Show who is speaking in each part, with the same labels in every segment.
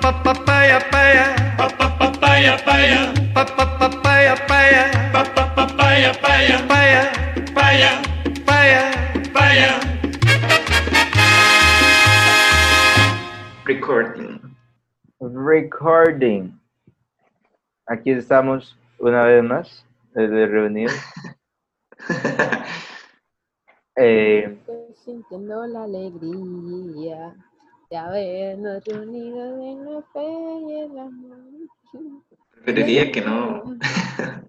Speaker 1: papaya paya,
Speaker 2: papaya paya,
Speaker 1: papaya paya,
Speaker 2: papaya paya,
Speaker 1: paya,
Speaker 2: paya,
Speaker 1: paya.
Speaker 2: paya.
Speaker 3: Recording.
Speaker 4: Recording. Aquí estamos una vez más, desde reunidos. Eh,
Speaker 5: Estoy sintiendo la alegría de habernos reunido en la fe y el amor.
Speaker 3: Preferiría que no.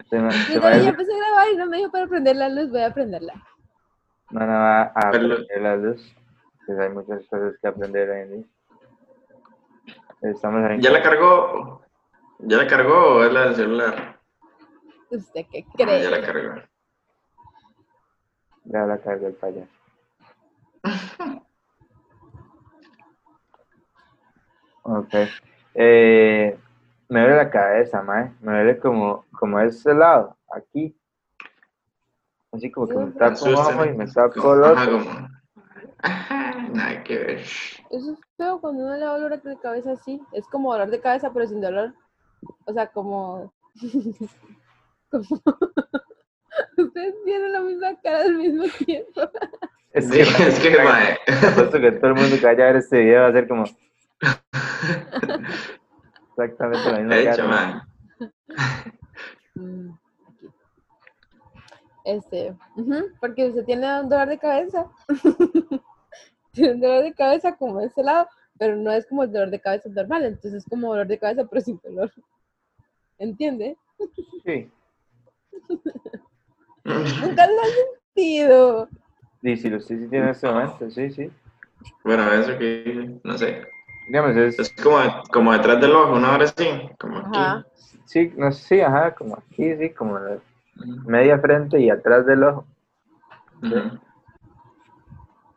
Speaker 4: se me- se
Speaker 5: Yo
Speaker 4: me-
Speaker 5: ya empecé a grabar y no me dijo para prender la luz, voy a prenderla.
Speaker 4: no, no, va a
Speaker 3: Pero-
Speaker 4: aprender las dos. Pues hay muchas cosas que aprender hoy en día. Estamos en
Speaker 3: ¿Ya la cargó? ¿Ya la cargó o es la del celular?
Speaker 5: ¿Usted qué
Speaker 3: No, ya
Speaker 5: cree?
Speaker 3: la cargó.
Speaker 4: ya la carga el payaso. Ok. Eh, me duele la cabeza, mae. Me duele como, como ese lado, aquí. Así como que me
Speaker 5: Sí,
Speaker 4: tapo un
Speaker 3: Asusta.
Speaker 4: ojo y me tapo el
Speaker 3: Como- ajá,
Speaker 4: otro.
Speaker 3: como- Ajá, nada que ver.
Speaker 5: Eso es feo cuando uno le da dolor de cabeza así. Es como dolor de cabeza, pero sin dolor. O sea, como. como... Ustedes tienen la misma cara al mismo tiempo.
Speaker 4: Es
Speaker 3: Sí,
Speaker 4: que,
Speaker 3: es que, mae.
Speaker 4: te apuesto que todo el mundo que vaya a ver este video va a ser como. Exactamente la misma
Speaker 3: De
Speaker 4: cara.
Speaker 3: hecho, mae.
Speaker 5: Mm, aquí. Este, ujú, porque usted tiene un dolor de cabeza. tiene un dolor de cabeza como de este lado, pero no es como el dolor de cabeza normal, entonces es como dolor de cabeza, pero sin dolor. ¿Entiende?
Speaker 4: Sí.
Speaker 5: Nunca lo he sentido.
Speaker 4: Y si lo estoy sintiendo en este momento, sí, sí.
Speaker 3: Bueno, eso que no sé.
Speaker 4: Digamos, es.
Speaker 3: Es como, como detrás del ojo, una hora así, como aquí.
Speaker 5: Ajá.
Speaker 4: Sí, no sé, sí, ajá, como aquí, sí, como en la media frente y atrás del ojo.
Speaker 3: Ujú.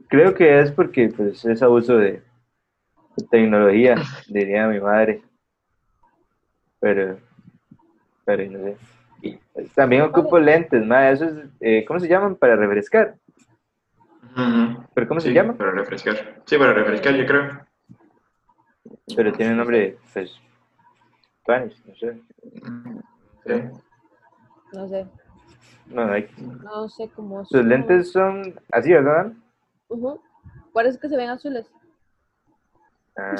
Speaker 4: Creo que es porque pues, es abuso de, de tecnología, diría mi madre. Pero, pero no sé. Y pues, También ocupo lentes, ma, eso es, eh, ¿cómo se llaman? Para refrescar.
Speaker 3: Ujú.
Speaker 4: ¿Pero cómo se
Speaker 3: Sí,
Speaker 4: llaman?
Speaker 3: Para refrescar. Sí, para refrescar, yo creo.
Speaker 4: Pero tiene nombre, pues, tuanis, no sé.
Speaker 3: Ujú. Sí.
Speaker 5: No sé,
Speaker 4: No, no hay-
Speaker 5: no sé cómo
Speaker 4: Sus
Speaker 5: son.
Speaker 4: lentes son así, ¿verdad?
Speaker 5: Ujú. Por eso es que se ven azules.
Speaker 4: Ah,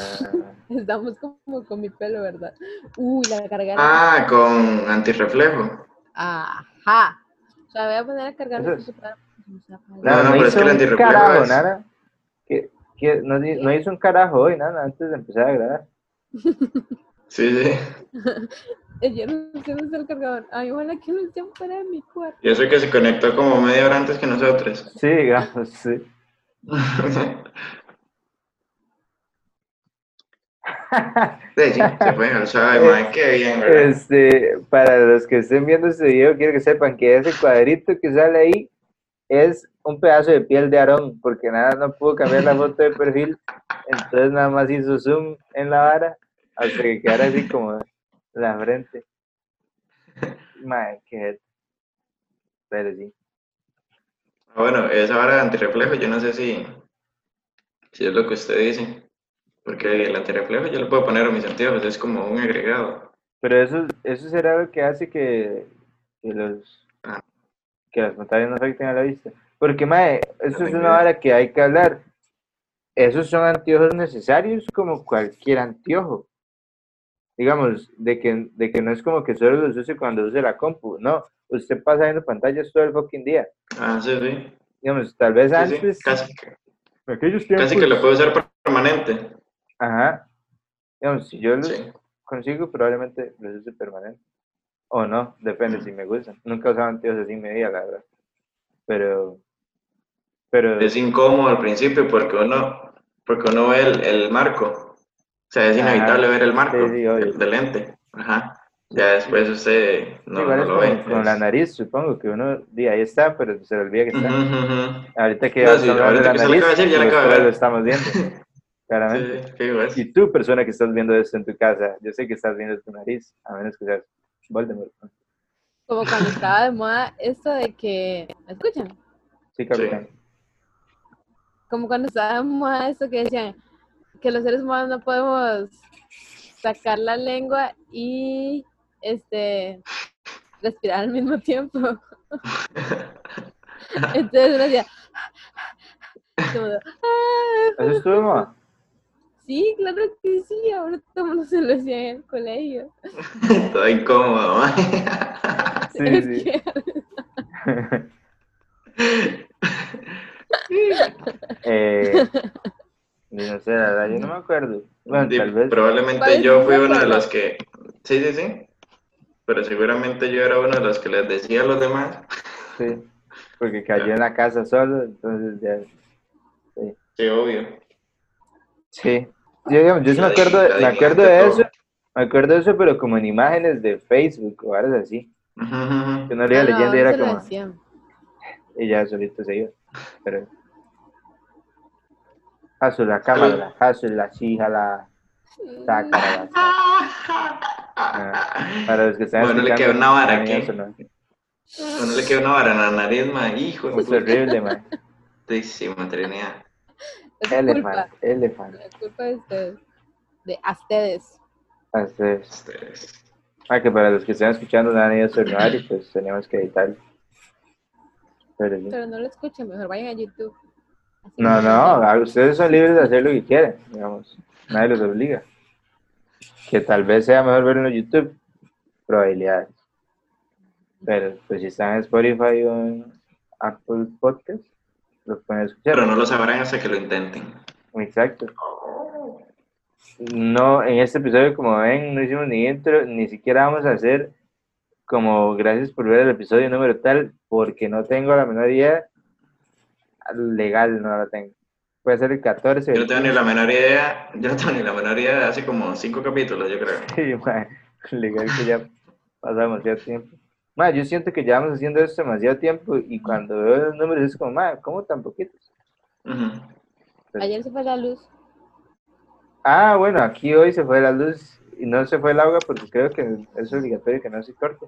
Speaker 5: Estamos como con mi pelo, ¿verdad? Uy, la garganta.
Speaker 3: Ah, con antirreflejo.
Speaker 5: Ajá. O sea, voy a poner a cargar
Speaker 4: Eso
Speaker 5: mi
Speaker 4: es.
Speaker 5: computadora porque se me está apagando.
Speaker 3: No, no, pero es
Speaker 4: hizo
Speaker 3: que el
Speaker 4: un
Speaker 3: antirreflejo
Speaker 4: carajo,
Speaker 3: es-
Speaker 4: nada. Que, que no, di- no hizo un carajo hoy, nada, antes de empezar a grabar.
Speaker 3: Sí, sí.
Speaker 5: Ayer Eh, no sé dónde está el cargador. Ay, ojalá que no esté fuera de mi cuarto.
Speaker 3: Y eso que se conectó como media hora antes que nosotros.
Speaker 4: Sí, digamos, sí.
Speaker 3: Sí, sí, se fue al suave, mae, qué bien, ¿verdad?
Speaker 4: Este, para los que estén viendo este video, quiero que sepan que ese cuadrito que sale ahí es un pedazo de piel de Aarón, porque nada, no pudo cambiar la foto de perfil, entonces nada más hizo zoom en la vara hasta que quedara así como la frente. Madre, qué jeta. Pero sí.
Speaker 3: Ah, Bueno, esa vara de antirreflejo, yo no sé si, si es lo que usted dice. Porque el antirreflejo yo lo puedo poner a mis anteojos, es como un agregado.
Speaker 4: Pero eso, eso será lo que hace que, que los
Speaker 3: Ah.
Speaker 4: que las pantallas no afecten a la vista. Porque, mae, eso
Speaker 3: tengo
Speaker 4: es
Speaker 3: idea.
Speaker 4: una vara que hay que hablar. Esos son anteojos necesarios como cualquier anteojo. Digamos, de que, de que no es como que solo los use cuando use la compu. No, usted pasa viendo pantallas todo el fucking día.
Speaker 3: Ah, sí, sí.
Speaker 4: Digamos, tal vez
Speaker 3: sí, sí,
Speaker 4: antes,
Speaker 3: Casi,
Speaker 4: en aquellos tiempos,
Speaker 3: casi que lo puedo usar per- permanente.
Speaker 4: ajá. Digamos, si yo los
Speaker 3: Sí.
Speaker 4: consigo, probablemente los use permanente. O no, depende
Speaker 3: Ujú.
Speaker 4: si me gustan. Nunca usaba anteojos así media, la verdad. Pero. Pero.
Speaker 3: Es incómodo al principio porque uno, porque uno ve el, el marco. O sea, es
Speaker 4: Ajá.
Speaker 3: inevitable ver el marco
Speaker 4: Sí, sí, obvio.
Speaker 3: del lente. Ajá. Ya después usted no,
Speaker 4: igual
Speaker 3: no
Speaker 4: es
Speaker 3: lo pues.
Speaker 4: como
Speaker 3: ve.
Speaker 4: con la
Speaker 3: es-
Speaker 4: nariz, supongo que uno. di, ahí está, pero se le olvida que está.
Speaker 3: Ujú, ujú, ujú.
Speaker 4: Ahorita que
Speaker 3: No,
Speaker 4: vas
Speaker 3: sí,
Speaker 4: a hablar de
Speaker 3: ahorita
Speaker 4: la
Speaker 3: que se lo acaba de
Speaker 4: nariz,
Speaker 3: decir, ya la
Speaker 4: lo
Speaker 3: acabo de
Speaker 4: está-
Speaker 3: ver.
Speaker 4: lo estamos viendo. Claramente.
Speaker 3: Sí, sí, qué igual.
Speaker 4: Y tú, persona que estás viendo esto en tu casa, yo sé que estás viendo tu nariz, a menos que seas Voldemort.
Speaker 5: Como cuando estaba de moda esto de que. ¿Me escuchan?
Speaker 4: Sí, capitán.
Speaker 5: Como cuando estaba de moda esto que decían que los seres humanos no podemos sacar la lengua y este respirar al mismo tiempo. Entonces uno decía, como, "Ah".
Speaker 4: ¿Eso estuvo, ma?
Speaker 5: sí, claro que sí, ahora todo el mundo se lo hacía en el colegio.
Speaker 3: Todo incómodo, mae.
Speaker 4: Sí,
Speaker 5: Es
Speaker 4: sí.
Speaker 5: que-
Speaker 4: Eh, no sé, la verdad, yo no me acuerdo. Bueno,
Speaker 3: Di-
Speaker 4: tal vez.
Speaker 3: Probablemente
Speaker 5: Parece
Speaker 3: yo fui
Speaker 5: una
Speaker 3: uno de
Speaker 5: palabra.
Speaker 3: los que. Sí, sí, sí. Pero seguramente yo era uno de los que les decía a los demás.
Speaker 4: Sí, porque cayó en la casa solo, entonces ya.
Speaker 3: Sí, obvio.
Speaker 4: Sí. Yo, digamos, yo sí me
Speaker 3: La
Speaker 4: acuerdo,
Speaker 3: dignidad,
Speaker 4: me
Speaker 3: la
Speaker 4: acuerdo
Speaker 3: dignidad
Speaker 4: de
Speaker 3: de
Speaker 4: eso,
Speaker 3: todo.
Speaker 4: me acuerdo de eso, pero como en imágenes de Facebook o algo así.
Speaker 3: Ujú, ujú,
Speaker 4: Que
Speaker 3: ujú.
Speaker 4: no lo iba
Speaker 5: Ah, no,
Speaker 4: leyendo y
Speaker 5: ahora
Speaker 4: era
Speaker 5: se lo
Speaker 4: como,
Speaker 5: decían.
Speaker 4: y ya solito se iba. Pero. Hazla, cámara, ah, hazla, chíjala, sácala. Ah, Para los que están
Speaker 3: Bueno, le
Speaker 4: escuchando,
Speaker 3: quedó una vara
Speaker 4: también
Speaker 3: aquí.
Speaker 4: eso no-
Speaker 3: No le quedó una vara en la nariz, mae. Hijo de
Speaker 4: Es
Speaker 3: puta.
Speaker 4: horrible, man.
Speaker 3: Santísima Trinidad.
Speaker 5: Es su culpa,
Speaker 4: Elefant, elefant.
Speaker 5: la culpa de ustedes, de a ustedes.
Speaker 4: Así es.
Speaker 3: Ustedes.
Speaker 4: Ah, que para los que están escuchando no han ido a sonar y pues tenemos que editar. Pero sí.
Speaker 5: Pero no lo escuchen, mejor vayan a YouTube. Así
Speaker 4: No, no, a- ustedes son libres de hacer lo que quieran, digamos. Nadie los obliga. Que tal vez sea mejor verlo en YouTube, probabilidades. Pero pues si están en Spotify o en Apple Podcast, los pueden escuchar.
Speaker 3: Pero no lo sabrán hasta que lo intenten.
Speaker 4: Exacto. No, en este episodio, como ven, no hicimos ni intro, ni siquiera vamos a hacer como gracias por ver el episodio número tal, porque no tengo la menor idea legal, no la tengo. Puede ser el 14.
Speaker 3: Yo no tengo ni la menor idea. Yo no tengo ni la menor idea de hace como cinco capítulos, yo creo.
Speaker 4: Sí, mae, legal que ya pasa demasiado tiempo. Mae, yo siento que llevamos haciendo esto demasiado tiempo y cuando veo los números es como, mae, ¿cómo tan poquitos?
Speaker 3: Ujú.
Speaker 5: Ayer se fue la luz.
Speaker 4: Ah, bueno, aquí hoy se fue la luz y no se fue el agua porque creo que es obligatorio que no se corte.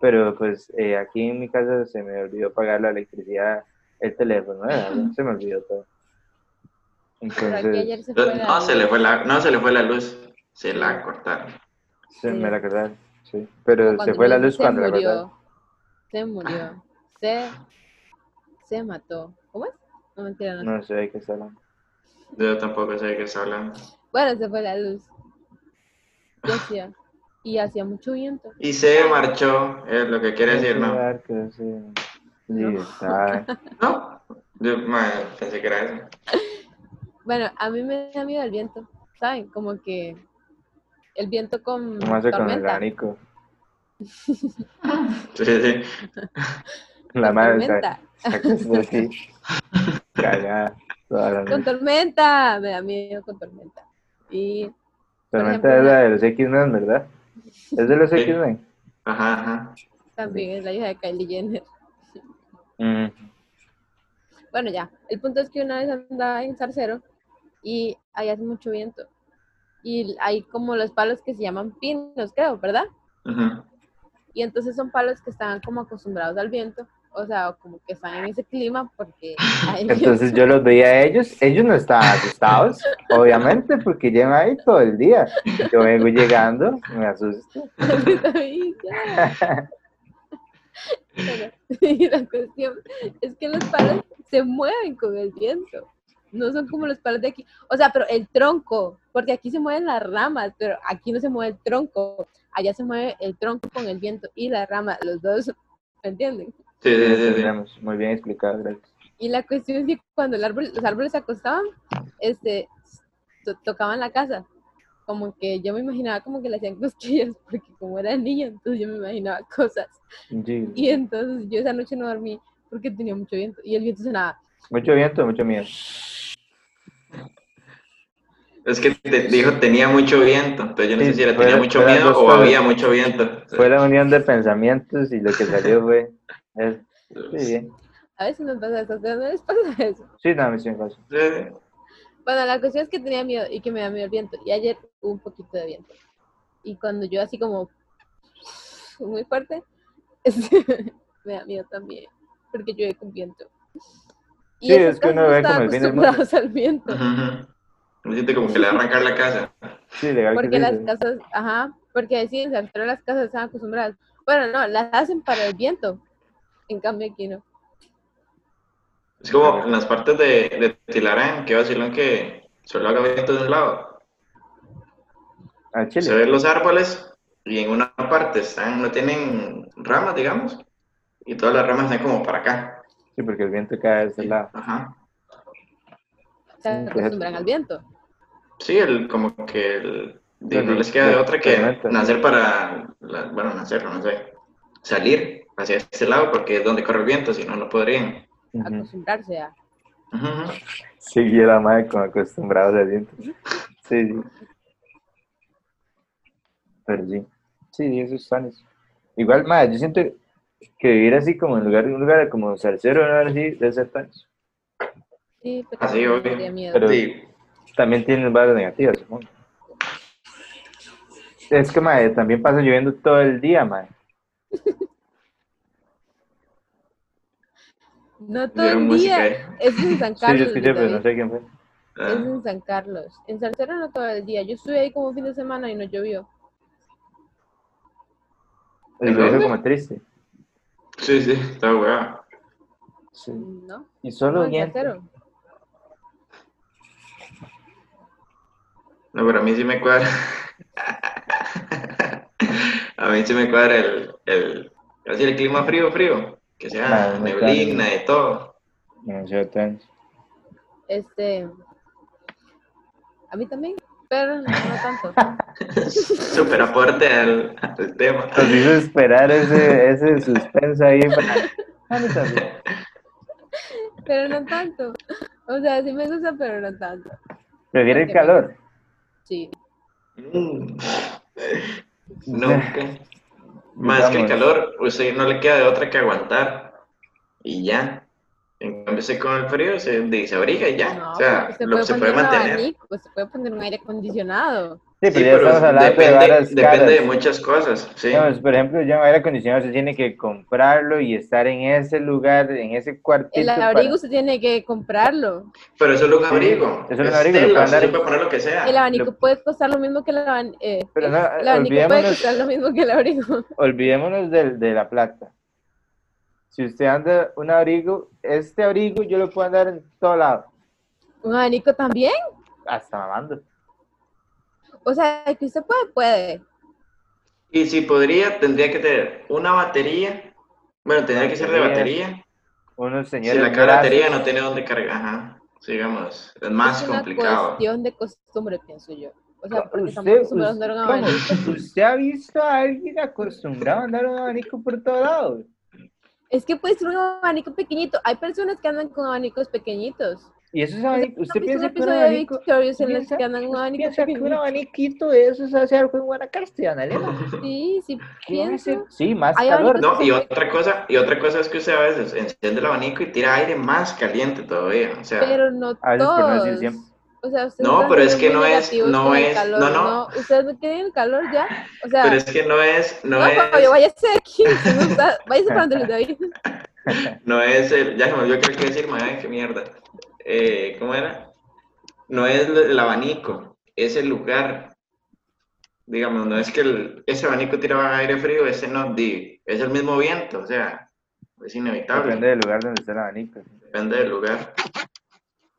Speaker 4: Pero pues eh, aquí en mi casa se me olvidó pagar la electricidad, el teléfono, eh, se me olvidó todo.
Speaker 5: Pero aquí
Speaker 4: Entonces,
Speaker 5: ayer se fue la
Speaker 3: No, se le
Speaker 5: luz.
Speaker 3: fue la, no se le fue la luz. Se la cortaron.
Speaker 4: se me
Speaker 5: Sí.
Speaker 4: la acordaron, sí. Pero se
Speaker 5: Cuando
Speaker 4: fue la
Speaker 5: Luis
Speaker 4: luz
Speaker 5: se
Speaker 4: cuando la acordaron.
Speaker 5: murió. Se
Speaker 3: Ah.
Speaker 5: murió. Se, se mató. ¿Cómo es? No mentira, no. sé.
Speaker 4: No sé de qué está hablando.
Speaker 3: Yo tampoco sé de qué está hablando.
Speaker 5: Bueno, se fue la luz. Y hacía, y hacía mucho viento.
Speaker 3: Y se marchó, es lo que quiere decir, ¿no?
Speaker 4: Barco, sí.
Speaker 5: No.
Speaker 4: Libertad.
Speaker 3: No, yo mae, pensé que era eso.
Speaker 5: Bueno, a mí me da miedo el viento, ¿saben? Como que el viento con
Speaker 4: ¿Cómo hace con el
Speaker 5: tormenta.
Speaker 4: abanico?
Speaker 3: Sí, sí, sí.
Speaker 4: La
Speaker 5: con
Speaker 4: madre está.
Speaker 5: tormenta.
Speaker 4: así. Cagada. Toda la
Speaker 5: Con
Speaker 4: noche.
Speaker 5: tormenta. Me da miedo con tormenta. Y
Speaker 4: Tormenta es la de los X-Men, ¿verdad? Es de los
Speaker 3: Sí.
Speaker 4: X-Men.
Speaker 3: Ajá, ajá.
Speaker 5: también es la hija de Kylie Jenner.
Speaker 4: Mm.
Speaker 5: Bueno, ya. El punto es que una vez andaba en Zarcero y ahí hace mucho viento. Y hay como los palos que se llaman pinos, creo, ¿verdad?
Speaker 3: ujú.
Speaker 5: Y entonces son palos que están como acostumbrados al viento. O sea, como que están en ese clima porque hay
Speaker 4: Entonces yo los veía a ellos, ellos no estaban asustados, obviamente, porque llevan ahí todo el día. Yo vengo llegando, me asusto.
Speaker 5: Pero, y la cuestión es que los palos se mueven con el viento. No son como los palos de aquí. O sea, pero el tronco, porque aquí se mueven las ramas, pero aquí no se mueve el tronco. Allá se mueve el tronco con el viento y la rama, los dos, ¿me entienden?
Speaker 3: Sí, sí, sí, sí.
Speaker 4: Entendemos, Muy bien explicado, gracias.
Speaker 5: Y la cuestión es que cuando el árbol, los árboles se acostaban, este, to- tocaban la casa. Como que yo me imaginaba como que le hacían cosquillas, porque como era niña, entonces yo me imaginaba cosas.
Speaker 4: Sí.
Speaker 5: Y entonces yo esa noche no dormí porque tenía mucho viento. Y el viento sonaba.
Speaker 4: Mucho viento, mucho miedo.
Speaker 3: Es que te dijo tenía mucho viento, entonces yo no
Speaker 4: Sí,
Speaker 3: sé si era
Speaker 4: fue-
Speaker 3: tenía mucho
Speaker 4: fue las
Speaker 3: miedo
Speaker 4: dos
Speaker 3: o
Speaker 4: cosas.
Speaker 3: había mucho viento.
Speaker 4: Fue la unión de pensamientos y lo que salió fue... es- sí, bien.
Speaker 5: A veces nos pasa eso, a ustedes no les pasa eso.
Speaker 4: Sí, no, me siento así.
Speaker 3: Sí, sí.
Speaker 5: Bueno, la cuestión es que tenía miedo y que me da miedo el viento. Y ayer hubo un poquito de viento. Y cuando yo así como muy fuerte, este, me da miedo también. Porque llueve con viento.
Speaker 4: Sí,
Speaker 5: esas
Speaker 4: es que uno
Speaker 5: casas no
Speaker 4: ve
Speaker 5: estaban
Speaker 4: como el fin del mundo.
Speaker 5: acostumbrados al viento.
Speaker 3: Ujú, ujú. Uno siente como que le va a arrancar la casa.
Speaker 4: Sí, legal. que
Speaker 5: Porque
Speaker 4: sí,
Speaker 5: las
Speaker 4: sí.
Speaker 5: casas, ajá, porque sí, en San Pedro las casas están acostumbradas. Bueno, no, las hacen para el viento. En cambio aquí no.
Speaker 3: Es como en las partes de, de Tilarán, que vacilón que solo haga viento de un lado.
Speaker 4: Ah, Chile.
Speaker 3: Se ven los árboles y en una parte están, no tienen ramas, digamos, y todas las ramas están como para acá.
Speaker 4: Sí, porque el viento cae de ese lado.
Speaker 3: Ajá.
Speaker 5: Se
Speaker 4: Mm, fíjate.
Speaker 5: acostumbran al viento.
Speaker 3: Sí, el, como que el, de-
Speaker 4: Bueno,
Speaker 3: no les queda de
Speaker 4: la
Speaker 3: otra que
Speaker 4: tormenta.
Speaker 3: nacer para, la- bueno, nacer, no sé, salir hacia ese lado porque es donde corre el viento, si no, no podrían.
Speaker 4: Ujú.
Speaker 5: Acostumbrarse a.
Speaker 3: Ujú, ujú.
Speaker 4: Sí, yo la madre con acostumbrados al viento. Sí, sí. Pero sí. Sí, sí, esos planes. Igual, madre, yo siento que vivir así como en lugar, un lugar como salsero, ¿no? Así, debe ser tan-
Speaker 5: Sí, pero
Speaker 3: Ah, sí,
Speaker 5: no
Speaker 3: obvio.
Speaker 5: daría miedo.
Speaker 4: Pero-
Speaker 3: Sí,
Speaker 4: También tiene varios negativos, supongo. Es que, madre, también pasa lloviendo todo el día, madre.
Speaker 5: No todo
Speaker 3: vieron
Speaker 5: el
Speaker 3: música ¿eh?
Speaker 5: día.
Speaker 3: ahí.
Speaker 5: Es en San
Speaker 4: Sí, yo
Speaker 5: Carlos.
Speaker 4: escuché, pero no
Speaker 5: David.
Speaker 4: sé quién fue.
Speaker 3: Ah,
Speaker 5: Es en San Carlos. En Salcero no todo el día. Yo estuve ahí como un fin de semana y no llovió.
Speaker 4: Y lo
Speaker 3: dónde?
Speaker 4: hizo como triste.
Speaker 3: sí, sí, está weá.
Speaker 4: Sí.
Speaker 5: ¿No?
Speaker 4: Y
Speaker 5: No,
Speaker 4: solo
Speaker 5: en
Speaker 4: viento.
Speaker 5: Salcero.
Speaker 3: No, pero a mí sí me cuadra. A mí sí me cuadra el, el, así el clima frío, frío, que sea
Speaker 4: Ah, me cuadra.
Speaker 3: neblina y todo.
Speaker 4: No sé, tan-
Speaker 5: Este. A mí también. Pero no, no tanto.
Speaker 3: Súper aporte al, al tema.
Speaker 4: Nos Pues hizo esperar ese, ese suspenso ahí para... A mí también.
Speaker 5: Pero no tanto. O sea, sí me gusta, pero no tanto.
Speaker 4: Prefiere el
Speaker 5: pues,
Speaker 4: calor.
Speaker 5: Sí.
Speaker 3: Mm. Nunca. Más que el
Speaker 4: Vamos.
Speaker 3: calor, usted no le queda de otra que aguantar y ya. En cambio, usted con el frío se, de- se abriga y ya.
Speaker 5: No,
Speaker 3: o sea,
Speaker 5: porque se,
Speaker 3: lo,
Speaker 5: puede
Speaker 3: se puede
Speaker 5: poner un
Speaker 3: mantener.
Speaker 5: abanico, se puede poner un aire acondicionado.
Speaker 4: Sí, pero ya
Speaker 3: Sí, pero
Speaker 4: estamos hablando
Speaker 3: depende,
Speaker 4: de varias
Speaker 3: depende de
Speaker 4: caras.
Speaker 3: muchas cosas. Sí.
Speaker 4: Digamos, por ejemplo, ya un aire acondicionado se tiene que comprarlo y estar en ese lugar, en ese cuartito.
Speaker 5: El
Speaker 4: para-
Speaker 5: abrigo se tiene que comprarlo.
Speaker 3: Pero eso es un
Speaker 4: Sí,
Speaker 3: abrigo.
Speaker 4: eso es un
Speaker 3: es
Speaker 4: abrigo, lo
Speaker 3: tela,
Speaker 4: pueden
Speaker 3: usted
Speaker 4: dar-
Speaker 3: se puede poner lo que sea.
Speaker 5: El abanico
Speaker 4: Lo-
Speaker 5: puede costar lo mismo que el abanico.
Speaker 4: Pero no,
Speaker 5: el abanico puede
Speaker 4: olvidémonos-
Speaker 5: costar lo mismo que el abrigo.
Speaker 4: Olvidémonos del- de, la plata. Si usted anda un abrigo, este abrigo yo lo puedo andar en todo lado,
Speaker 5: Un abanico también.
Speaker 4: hasta mamando.
Speaker 5: O sea, que usted puede, puede.
Speaker 3: Y si podría, tendría que tener una batería. Bueno, tendría que ser de
Speaker 4: Batería.
Speaker 3: batería.
Speaker 4: Unos
Speaker 3: Si
Speaker 4: señores
Speaker 3: la
Speaker 4: brazos,
Speaker 3: batería no tiene dónde cargar. Ajá. Sigamos. Es más
Speaker 5: es una
Speaker 3: complicado.
Speaker 5: cuestión de costumbre, pienso yo. O sea, porque estamos
Speaker 4: ¿Usted,
Speaker 5: acostumbrados a andar un
Speaker 4: ¿cómo?
Speaker 5: abanico.
Speaker 4: ¿Usted ha visto a alguien acostumbrado a andar un abanico por todo lado?
Speaker 5: Es que puede ser un abanico pequeñito. Hay personas que andan con abanicos pequeñitos.
Speaker 4: Y eso es
Speaker 5: ¿No
Speaker 4: abanico.
Speaker 5: Pues, has
Speaker 4: ¿Usted
Speaker 5: visto
Speaker 4: piensa
Speaker 5: un
Speaker 4: que un
Speaker 5: episodio de
Speaker 4: abanico...
Speaker 5: Victorious en los
Speaker 4: piensa-
Speaker 5: que andan con un abanico
Speaker 4: piensa que un
Speaker 5: pequeñito?
Speaker 4: abanico de esos hace algo en Guanacaste, Analena?
Speaker 5: Sí, sí,
Speaker 4: ¿Qué van a hacer?
Speaker 5: Ah, pienso.
Speaker 4: Sí, más
Speaker 5: Hay
Speaker 4: calor.
Speaker 5: abanicos-
Speaker 3: No, y otra cosa, y otra cosa es que usted a veces enciende el abanico y tira aire más caliente todavía. O sea,
Speaker 5: Pero no
Speaker 4: A veces por no decir
Speaker 5: todos.
Speaker 4: siempre.
Speaker 5: O sea, ustedes
Speaker 3: No,
Speaker 5: están
Speaker 3: pero es
Speaker 5: siendo
Speaker 3: que
Speaker 5: muy
Speaker 3: no es-
Speaker 5: negativos
Speaker 3: no
Speaker 5: con el
Speaker 3: es-
Speaker 5: calor,
Speaker 3: no, no.
Speaker 5: Ustedes no quieren el calor ya. O sea,
Speaker 3: pero es que no es, no,
Speaker 5: ah, no,
Speaker 3: es,
Speaker 5: Fabio, váyase de aquí. si no está- váyase para donde los David.
Speaker 3: no es el, ya se me olvidó qué que decir, madre, qué mierda. Eh, ¿Cómo era? No es el el abanico, es el lugar. Digamos, no es que el- ese abanico tiraba aire frío, ese no, di, es el mismo viento, o sea, es inevitable.
Speaker 4: Depende
Speaker 3: Depende,
Speaker 4: del lugar donde esté el abanico.
Speaker 3: del lugar.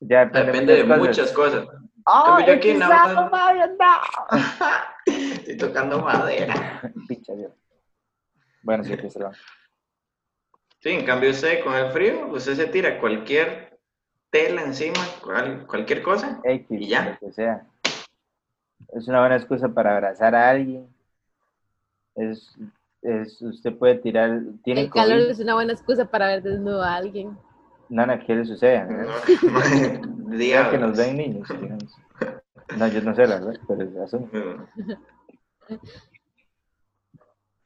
Speaker 4: Ya
Speaker 3: Depende de
Speaker 4: cosas.
Speaker 3: muchas cosas.
Speaker 4: ¡Ay,
Speaker 3: Cambio yo aquí,
Speaker 4: qué
Speaker 3: no,
Speaker 4: sapo,
Speaker 3: no.
Speaker 4: Fabio, no!
Speaker 3: Estoy tocando madera.
Speaker 4: Pinche Dios. Bueno, sí, que se lo
Speaker 3: Sí, en cambio usted con el frío, usted se tira cualquier tela encima, cual- cualquier cosa.
Speaker 4: X,
Speaker 3: Y ya.
Speaker 4: lo que sea. Es una buena excusa para abrazar a alguien. Es, es usted puede tirar, tiene
Speaker 5: El calor
Speaker 4: COVID.
Speaker 5: es una buena excusa para ver desnudo a alguien.
Speaker 4: Nana, ¿qué le sucede?
Speaker 3: No,
Speaker 4: ¿no?
Speaker 3: madre,
Speaker 4: Diga que
Speaker 3: diablos.
Speaker 4: nos ven niños. digamos. No, yo no sé, la verdad, pero es asumo.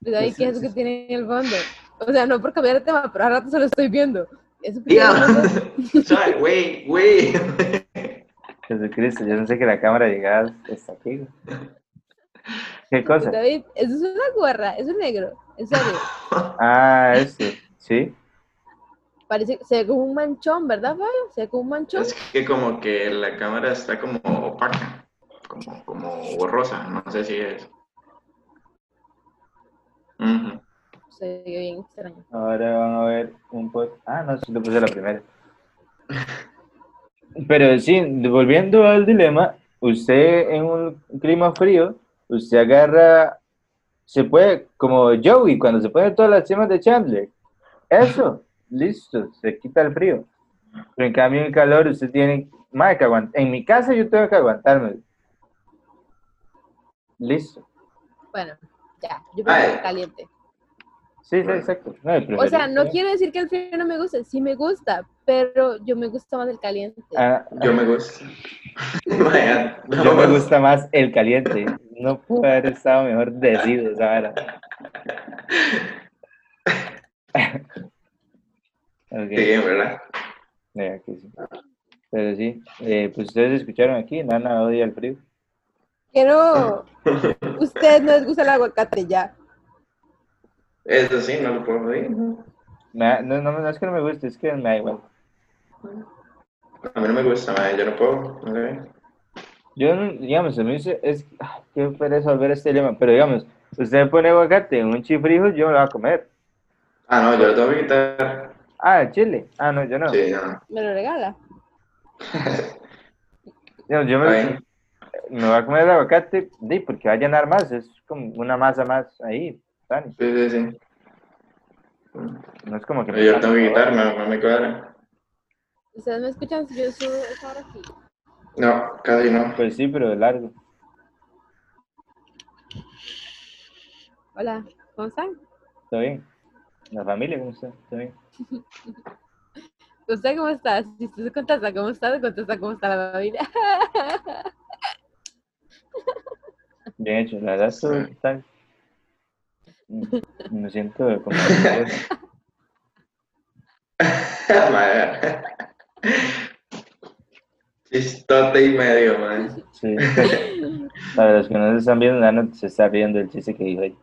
Speaker 5: Pero David,
Speaker 4: Sí,
Speaker 5: ¿qué
Speaker 4: sí,
Speaker 5: es eso
Speaker 4: sí,
Speaker 5: que tiene en el fondo? O sea, no por cambiar de tema, pero al rato se lo estoy viendo. Eso que tiene en el fondo-
Speaker 3: Diablos. Sorry, güey, güey.
Speaker 4: Jesucristo, yo no sé que la cámara llegaba hasta aquí. güey. ¿Qué cosa?
Speaker 5: David, eso es una gorra, es un negro, en serio.
Speaker 4: Ah, este, sí.
Speaker 5: Parece, se ve como un manchón, ¿verdad, Fabio? Se ve como un manchón.
Speaker 3: Es que como que la cámara está como opaca, como, como borrosa, no sé si es. Ujú.
Speaker 5: Se vio bien extraño.
Speaker 4: Ahora van a ver un post. Ah, no, sí, lo puse la primera. Pero sí, volviendo al dilema, usted en un clima frío, usted agarra, se puede, como Joey, cuando se pone todas las cimas de Chandler. Eso, listo, se quita el frío. Pero en cambio, en el calor, usted tiene más que aguantar. En mi casa, yo tengo que aguantarme. Listo.
Speaker 5: Bueno, ya, yo
Speaker 3: Ay.
Speaker 5: prefiero caliente.
Speaker 4: Sí, sí, exacto. No,
Speaker 5: Ah.
Speaker 4: de
Speaker 5: O sea,
Speaker 4: preferencia.
Speaker 5: no quiero decir que el frío no me guste, sí me gusta, pero yo me gusta más el caliente.
Speaker 4: Ah,
Speaker 3: Yo me gusta. Vaya,
Speaker 4: Yo me gusta más el caliente. No pude haber estado mejor decidido, esa vara. Ok,
Speaker 3: Sí, en verdad.
Speaker 4: vea que sí. Pero sí, eh, pues ustedes escucharon aquí, Nana odia el frío.
Speaker 5: Quiero. Ustedes no les gusta el aguacate ya.
Speaker 3: Eso sí, no lo puedo decir.
Speaker 4: Me da- no, no, no es que no me guste, es que me da igual.
Speaker 3: A mí no me gusta, madre, yo no puedo. no sé.
Speaker 4: Yo, no- digamos, a mí se- es ay, qué pereza volver a este dilema, pero digamos, usted pone aguacate en un chifrijo, yo me lo voy a comer.
Speaker 3: Ah, no, yo lo tengo que quitar.
Speaker 4: Ah, chile. Ah, no, yo no.
Speaker 3: Sí, no.
Speaker 5: Me lo regala.
Speaker 4: Yo, yo me,
Speaker 3: Está bien.
Speaker 4: me voy a comer el aguacate, di, porque va a llenar más, es como una masa más ahí, Dani. pues,
Speaker 3: Sí, sí, sí.
Speaker 4: No es como que...
Speaker 3: Yo lo tengo que quitar, no, no me cuadra.
Speaker 5: Ustedes me escuchan si yo subo esa hora aquí.
Speaker 3: No, casi no.
Speaker 4: Pues sí, pero de largo.
Speaker 5: Hola, ¿cómo están?
Speaker 4: Está bien. La familia, ¿cómo está? Está bien.
Speaker 5: ¿Usted cómo está? Si usted se contesta cómo está, se contesta cómo está la familia.
Speaker 4: Bien hecho, la verdad, todo
Speaker 3: Sí.
Speaker 4: está bien. Mm, Me siento como...
Speaker 3: Madre. Chistote y medio, man.
Speaker 4: Sí. Para los que no se están viendo, Nano se está riendo del chiste que dijo ahí.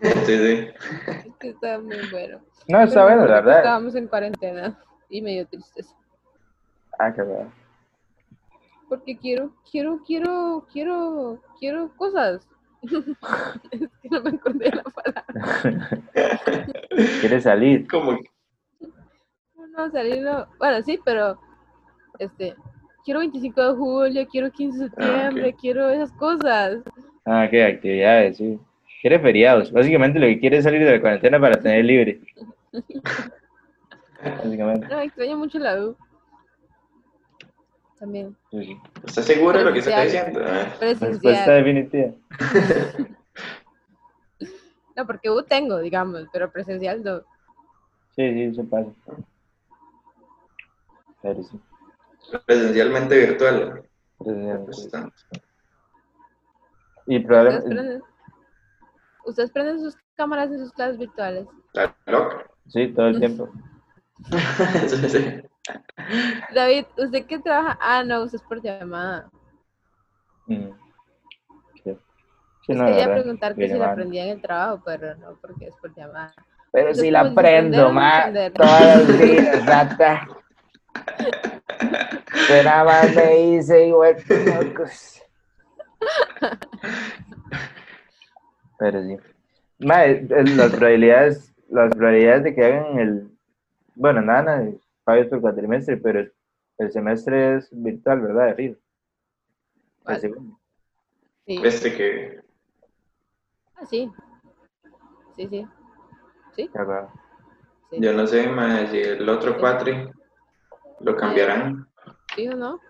Speaker 3: Sí, sí.
Speaker 5: Es que está muy bueno.
Speaker 4: No, está
Speaker 5: Pero me
Speaker 4: bueno, la
Speaker 5: acuerdo que
Speaker 4: verdad.
Speaker 5: Estábamos en cuarentena y me dio tristeza.
Speaker 4: Ah, qué verdad.
Speaker 5: Porque quiero, quiero, quiero, quiero, quiero cosas. es que no me encontré la palabra.
Speaker 4: Quiere salir.
Speaker 3: Como que-
Speaker 5: No, salir no. Bueno, sí, pero este, quiero 25 de julio, quiero 15 de septiembre,
Speaker 3: ok.
Speaker 5: quiero esas cosas.
Speaker 4: Ah, qué actividades, sí. Quiere feriados. Básicamente lo que quiere es salir de la cuarentena para tener libre. Básicamente.
Speaker 5: No, extraño mucho la U. También.
Speaker 4: sí, sí.
Speaker 3: ¿Estás seguro de lo que se está diciendo?
Speaker 4: Respuesta
Speaker 5: Presencial.
Speaker 4: definitiva.
Speaker 5: No, porque U tengo, digamos, pero presencial no.
Speaker 4: Sí, sí, eso pasa. Pero sí.
Speaker 3: Presencialmente virtual. Pues,
Speaker 4: entonces,
Speaker 3: Está-
Speaker 4: Y
Speaker 5: Ustedes
Speaker 4: probablemente.
Speaker 5: prenden, ustedes prenden sus cámaras en sus clases virtuales.
Speaker 3: está loca.
Speaker 4: Sí, todo el tiempo.
Speaker 3: Sí, sí.
Speaker 5: David, ¿usted qué trabaja? Ah, no, usted es por llamada.
Speaker 4: Mm. Sí. Sí,
Speaker 5: Les Pues
Speaker 4: no, la
Speaker 5: quería
Speaker 4: verdad,
Speaker 5: preguntar que
Speaker 4: bien
Speaker 5: si la
Speaker 4: llamada.
Speaker 5: aprendía en el trabajo, pero no, porque es por llamada.
Speaker 4: Pero
Speaker 5: Entonces,
Speaker 4: si
Speaker 5: ¿cómo
Speaker 4: la
Speaker 5: entender o
Speaker 4: prendo,
Speaker 5: no
Speaker 4: ma,
Speaker 5: entender?
Speaker 4: todos los días, rata. Pero nada más me hice igual que locos. Pero sí. Ma, eh, eh, las probabilidades, las probabilidades de que hagan el, bueno, nada, nada, pagos por cuatrimestre, pero el, el semestre es virtual, ¿verdad? De fijo. El
Speaker 5: ¿Cuál?
Speaker 4: segundo.
Speaker 5: Sí.
Speaker 4: Pues
Speaker 3: Este que.
Speaker 5: Ah, sí. Sí, sí.
Speaker 4: Ya va.
Speaker 5: sí.
Speaker 3: Yo no sé, más si el otro cuatri lo cambiarán.
Speaker 5: ¿Sí o no?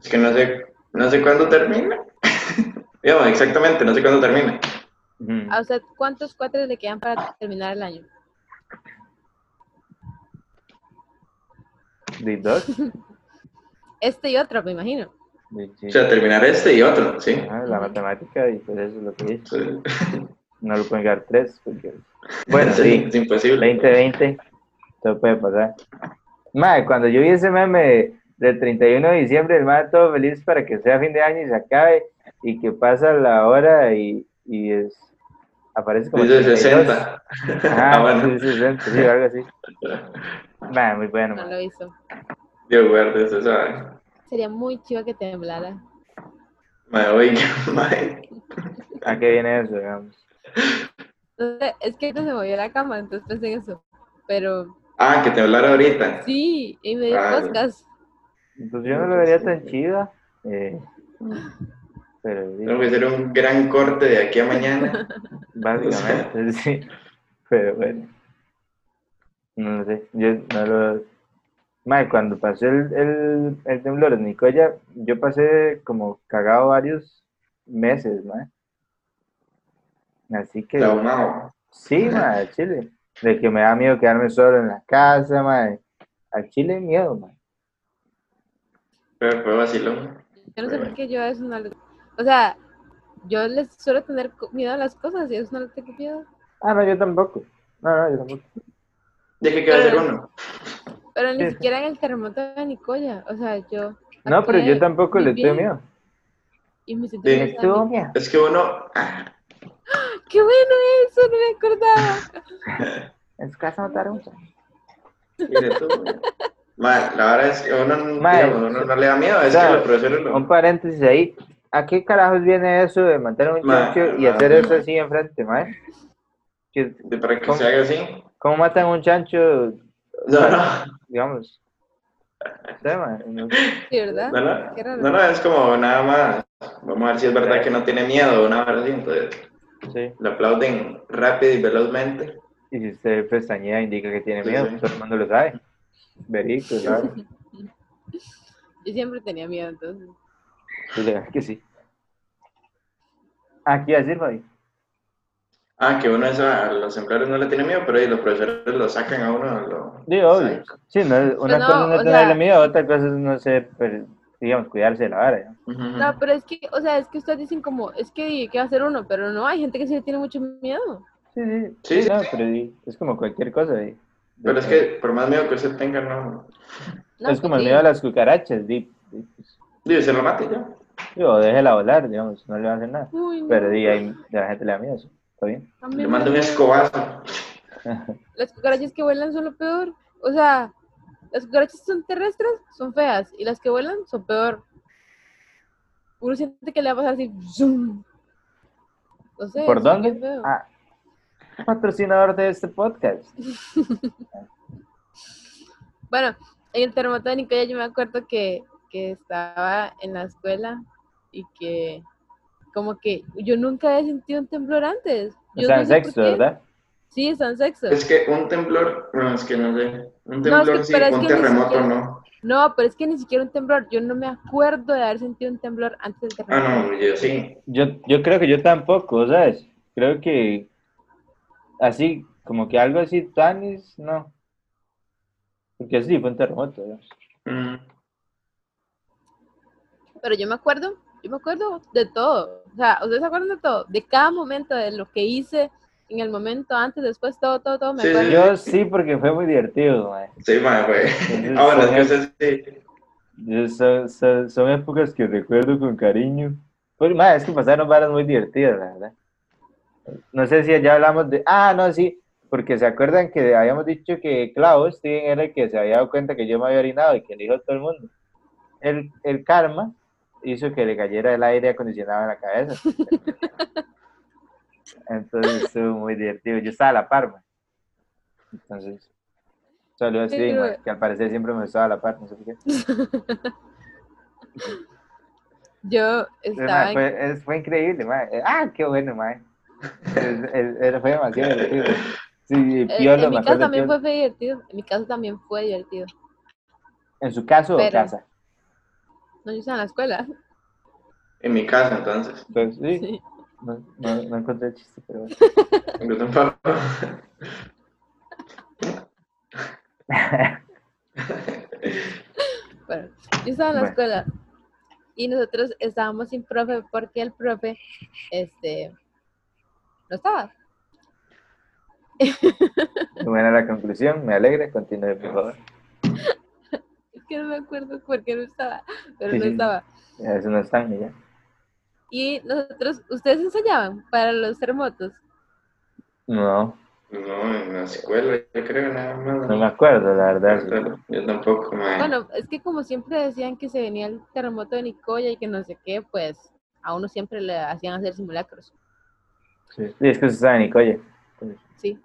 Speaker 3: Es que no sé, no sé cuándo termina. Digamos, exactamente, no sé cuándo termina.
Speaker 4: Ujú.
Speaker 5: ¿A usted Ah, cuántos cuatres le quedan para terminar el año?
Speaker 4: ¿De dos?
Speaker 5: Este y otro, me imagino.
Speaker 4: De-
Speaker 3: O
Speaker 4: sí.
Speaker 3: sea, terminar este y otro, sí.
Speaker 4: Ajá, la matemática, y pues eso es lo que es.
Speaker 3: Sí.
Speaker 4: No lo pueden quedar tres, porque... Bueno,
Speaker 3: sí,
Speaker 4: sí,
Speaker 3: es imposible.
Speaker 4: 2020, todo puede pasar. Madre, cuando yo vi ese meme del 31 de diciembre, el madre todo feliz para que sea fin de año y se acabe, y que pasa la hora y, y es... Aparece como...
Speaker 3: Dice
Speaker 4: 32.
Speaker 3: 60.
Speaker 4: Ajá,
Speaker 3: Ah, bueno.
Speaker 4: sí, 60, sí, algo así. Madre, muy bueno,
Speaker 5: No
Speaker 4: madre.
Speaker 5: lo hizo.
Speaker 3: Dios guarde, se sabe.
Speaker 5: Sería muy chido que temblara.
Speaker 3: Mae, oiga, mae.
Speaker 4: ¿A qué viene eso, digamos?
Speaker 5: No sé, Es que no se movió la cama, entonces pensé en eso. Pero
Speaker 3: Ah, que te hablara ahorita.
Speaker 5: sí, y me dio
Speaker 3: Ah, no.
Speaker 5: cosas.
Speaker 4: Pues yo no lo vería tan chida. eh, pero sí,
Speaker 3: Tengo que hacer un gran corte de aquí a mañana.
Speaker 4: básicamente, sí. Pero bueno. No lo sé. Yo no lo. Mae, cuando pasó el, el, el temblor en Nicoya, yo pasé como cagado varios meses, mae. Así que.
Speaker 3: Traumado.
Speaker 4: Sí, ma, al Chile. De que me da miedo quedarme solo en la casa, ma. Al Chile miedo, ma.
Speaker 3: Pero fue vacilón.
Speaker 5: Yo no sé por qué yo eso no le... O sea, yo les suelo tener co- miedo a las cosas y eso no le tengo miedo.
Speaker 4: Ah, no, yo tampoco. No, no, yo tampoco.
Speaker 3: ¿Ya que queda hacer uno?
Speaker 5: Pero ni
Speaker 4: Sí.
Speaker 5: siquiera en el terremoto de Nicoya. O sea, yo...
Speaker 4: No, pero yo
Speaker 5: actué
Speaker 4: tampoco
Speaker 5: muy
Speaker 4: le tengo
Speaker 5: bien
Speaker 4: miedo.
Speaker 5: Y me sentí...
Speaker 3: Sí.
Speaker 5: muy
Speaker 4: Me estuvo
Speaker 5: grande.
Speaker 4: miedo.
Speaker 3: Es que uno. ah,
Speaker 5: ¡Qué bueno eso! No me acordaba.
Speaker 4: En su casa mataron un chan.
Speaker 3: Mire tú, güey. Ma, la verdad es que uno, no-
Speaker 4: Ma,
Speaker 3: digamos, uno no le da miedo, es
Speaker 4: o sea,
Speaker 3: que los profesores lo...
Speaker 4: Un paréntesis ahí. ¿A qué carajos viene eso de matar a un
Speaker 3: Ma,
Speaker 4: chancho y
Speaker 3: ma,
Speaker 4: hacer
Speaker 3: ma.
Speaker 4: eso así enfrente, ma? Que-
Speaker 3: de para que
Speaker 4: ¿Cómo?
Speaker 3: se haga así.
Speaker 4: ¿Cómo matan a un chancho,
Speaker 3: No, no,
Speaker 4: digamos? No sé, ma, no-
Speaker 5: Sí, ¿verdad?
Speaker 3: no, no,
Speaker 5: Qué raro.
Speaker 3: no, no, es como nada más. Vamos a ver si es verdad que no tiene miedo, una verdad así, entonces
Speaker 4: sí.
Speaker 3: lo aplauden rápido y velozmente.
Speaker 4: Y si usted pestañea, indica que tiene
Speaker 3: Sí,
Speaker 4: miedo.
Speaker 3: sí.
Speaker 4: Todo el mundo lo sabe. Verico, ¿sabes?
Speaker 5: Yo siempre tenía miedo, entonces.
Speaker 4: Sí, la verdad que sí. Aquí a decir, Fabi.
Speaker 3: Ah, que uno es a a los empleadores no le tiene miedo, pero ahí los profesores lo sacan a uno. Lo...
Speaker 4: Sí, obvio. Sí, no, una
Speaker 5: no,
Speaker 4: cosa es no
Speaker 5: o
Speaker 4: tenerle
Speaker 5: sea-
Speaker 4: miedo, otra cosa es no sé, pero, digamos, cuidarse de la vara. ¿no?
Speaker 3: Ujú.
Speaker 5: No, pero es que, o sea, es que ustedes dicen como, es que, ¿qué va a hacer uno? Pero no, hay gente que sí le tiene mucho miedo.
Speaker 4: Sí, sí,
Speaker 3: Sí, sí,
Speaker 4: no,
Speaker 3: sí.
Speaker 4: pero sí, es como cualquier cosa. sí.
Speaker 3: Pero es que por más miedo que usted tenga, no.
Speaker 5: No, pues
Speaker 4: es como el
Speaker 5: sí.
Speaker 4: miedo a las cucarachas, di, di, pues,
Speaker 3: Digo, se lo mate ya.
Speaker 4: digo, déjela volar, digamos, no le va a hacer nada.
Speaker 5: Uy, no.
Speaker 4: Pero di, hay- la gente le da miedo, eso, está bien.
Speaker 5: A mí
Speaker 3: Le
Speaker 5: me-
Speaker 3: mando un escobazo.
Speaker 5: Las cucarachas que vuelan son lo peor. O sea, las cucarachas son terrestres, son feas. Y las que vuelan son peor. Uno siente que le va a pasar así. zoom. No sé.
Speaker 4: ¿Por
Speaker 5: es
Speaker 4: dónde?
Speaker 5: bien feo.
Speaker 4: Ah, patrocinador de este podcast.
Speaker 5: Bueno, en el terremoto de Nicoya yo me acuerdo que, que estaba en la escuela y que como que yo nunca había sentido un temblor antes. Yo
Speaker 4: Está
Speaker 5: no
Speaker 4: en
Speaker 5: sé por
Speaker 4: sexto,
Speaker 5: qué.
Speaker 4: ¿verdad?
Speaker 5: Sí, está en sexo.
Speaker 3: Es que un temblor, no, es que no sé. Un
Speaker 5: No,
Speaker 3: temblor
Speaker 5: es que-
Speaker 3: sí,
Speaker 5: pero es
Speaker 3: un
Speaker 5: que ni
Speaker 3: terremoto
Speaker 5: siquiera-
Speaker 3: no.
Speaker 5: No, pero es que ni siquiera un temblor. Yo no me acuerdo de haber sentido un temblor antes del
Speaker 3: Ah,
Speaker 5: terremoto.
Speaker 3: no, yo sí.
Speaker 4: Yo, yo creo que yo tampoco, ¿sabes? Creo que así, como que algo así tan es, no. Porque sí, fue un terremoto. ¿no?
Speaker 3: Mm.
Speaker 5: Pero yo me acuerdo, yo me acuerdo de todo. O sea, ¿ustedes se acuerdan de todo? De cada momento, de lo que hice en el momento, antes, después, todo, todo, todo. Me
Speaker 3: Sí, sí,
Speaker 5: acuerdo.
Speaker 4: Yo sí, porque fue muy divertido, mae.
Speaker 3: Sí, madre,
Speaker 4: Entonces,
Speaker 3: fue. Ah, bueno, es que usted sí.
Speaker 4: Yo- son, son- son épocas que recuerdo con cariño. Pues, mae, es que pasaron varas muy divertidas, la verdad. No sé si ya hablamos de... Ah, no, sí, porque se acuerdan que habíamos dicho que Clau, Steven, era el que se había dado cuenta que yo me había orinado y que le dijo a todo el mundo. El, el karma hizo que le cayera el aire acondicionado en la cabeza. Entonces estuvo muy divertido. Yo estaba a la par, mae. Entonces, saludos a
Speaker 5: Sí,
Speaker 4: Steven,
Speaker 5: pero-
Speaker 4: mae, que al parecer siempre me estaba a la par, no sé por qué.
Speaker 5: Yo
Speaker 4: Fue,
Speaker 5: estaba
Speaker 4: ma,
Speaker 5: en
Speaker 4: fue, es- fue increíble, ma. Eh, Ah, qué bueno, ma. Es- es- era- fue demasiado divertido. Sí,
Speaker 5: Eh,
Speaker 4: Piolo,
Speaker 5: en
Speaker 4: me
Speaker 5: mi
Speaker 4: acuerdo,
Speaker 5: caso también
Speaker 4: Piolo.
Speaker 5: fue divertido. En mi caso también fue divertido.
Speaker 4: ¿En su caso o
Speaker 5: Pero-
Speaker 4: casa?
Speaker 5: No, yo estaba en la escuela.
Speaker 3: En mi casa, entonces.
Speaker 4: Pues, sí,
Speaker 5: Sí.
Speaker 4: No, no, no encontré el chiste, pero bueno.
Speaker 3: Yo tampoco.
Speaker 5: Bueno, yo estaba en la
Speaker 4: Bueno.
Speaker 5: escuela y nosotros estábamos sin profe porque el profe, este, no estaba.
Speaker 4: Muy buena la conclusión, me alegra. Continúe, por favor.
Speaker 5: Es que no me acuerdo por qué no estaba, pero
Speaker 4: Sí,
Speaker 5: no
Speaker 4: sí.
Speaker 5: estaba.
Speaker 4: Ya, Eso no están, y ya.
Speaker 5: Y nosotros, ustedes ensayaban para los terremotos.
Speaker 4: No,
Speaker 3: No, en la escuela, yo creo, nada más.
Speaker 4: No me acuerdo, la verdad.
Speaker 3: Yo tampoco,
Speaker 4: Ah.
Speaker 3: mae.
Speaker 5: Bueno, es que como siempre decían que se venía el terremoto de Nicoya y que no sé qué, pues a uno siempre le hacían hacer simulacros.
Speaker 4: Sí, es que Susana, oye.
Speaker 5: Sí.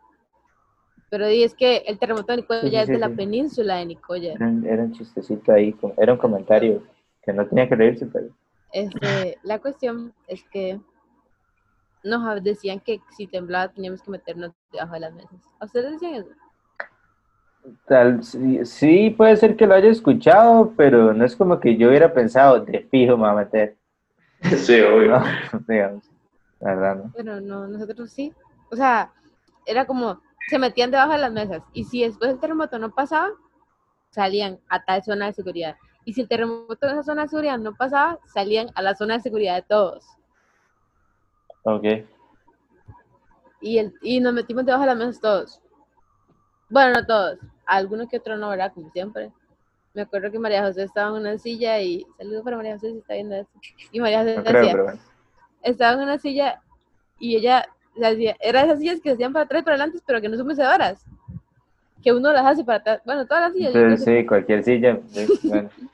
Speaker 5: Pero di, es que el terremoto de Nicoya
Speaker 4: Sí, sí,
Speaker 5: es
Speaker 4: sí,
Speaker 5: de la
Speaker 4: sí.
Speaker 5: península de Nicoya.
Speaker 4: Era un, era un chistecito ahí, como- era un comentario que no tenía que reírse, pero
Speaker 5: Este, la cuestión es que nos hab- decían que si temblaba teníamos que meternos debajo de las mesas. ¿A ustedes decían eso?
Speaker 4: tal, sí, sí, puede ser que lo haya escuchado, pero no es como que yo hubiera pensado, de fijo me va a meter,
Speaker 3: Sí, obvio.
Speaker 4: ¿no? digamos, la verdad, ¿no?
Speaker 5: Pero no, nosotros sí. O sea, era como, se metían debajo de las mesas. Y si después el terremoto no pasaba, salían a tal zona de seguridad. Y si el terremoto en esa zona de seguridad no pasaba, salían a la zona de seguridad de todos.
Speaker 4: Ok,
Speaker 5: Y, el, y nos metimos debajo de las mesas todos. Bueno, no todos. Algunos que otros no, ¿verdad? Como siempre. Me acuerdo que María José estaba en una silla y... Saludos para María José si está viendo esto. Y María José
Speaker 4: no
Speaker 5: decía,
Speaker 4: creo, pero bueno.
Speaker 5: estaba en una silla y ella le hacía, era esas sillas que se hacían para atrás y para adelante, pero que no son mecedoras. Que uno las hace para atrás. Bueno, todas las sillas. yo
Speaker 4: Entonces,
Speaker 5: creo
Speaker 4: sí, cualquier silla, sí, bueno,
Speaker 5: que-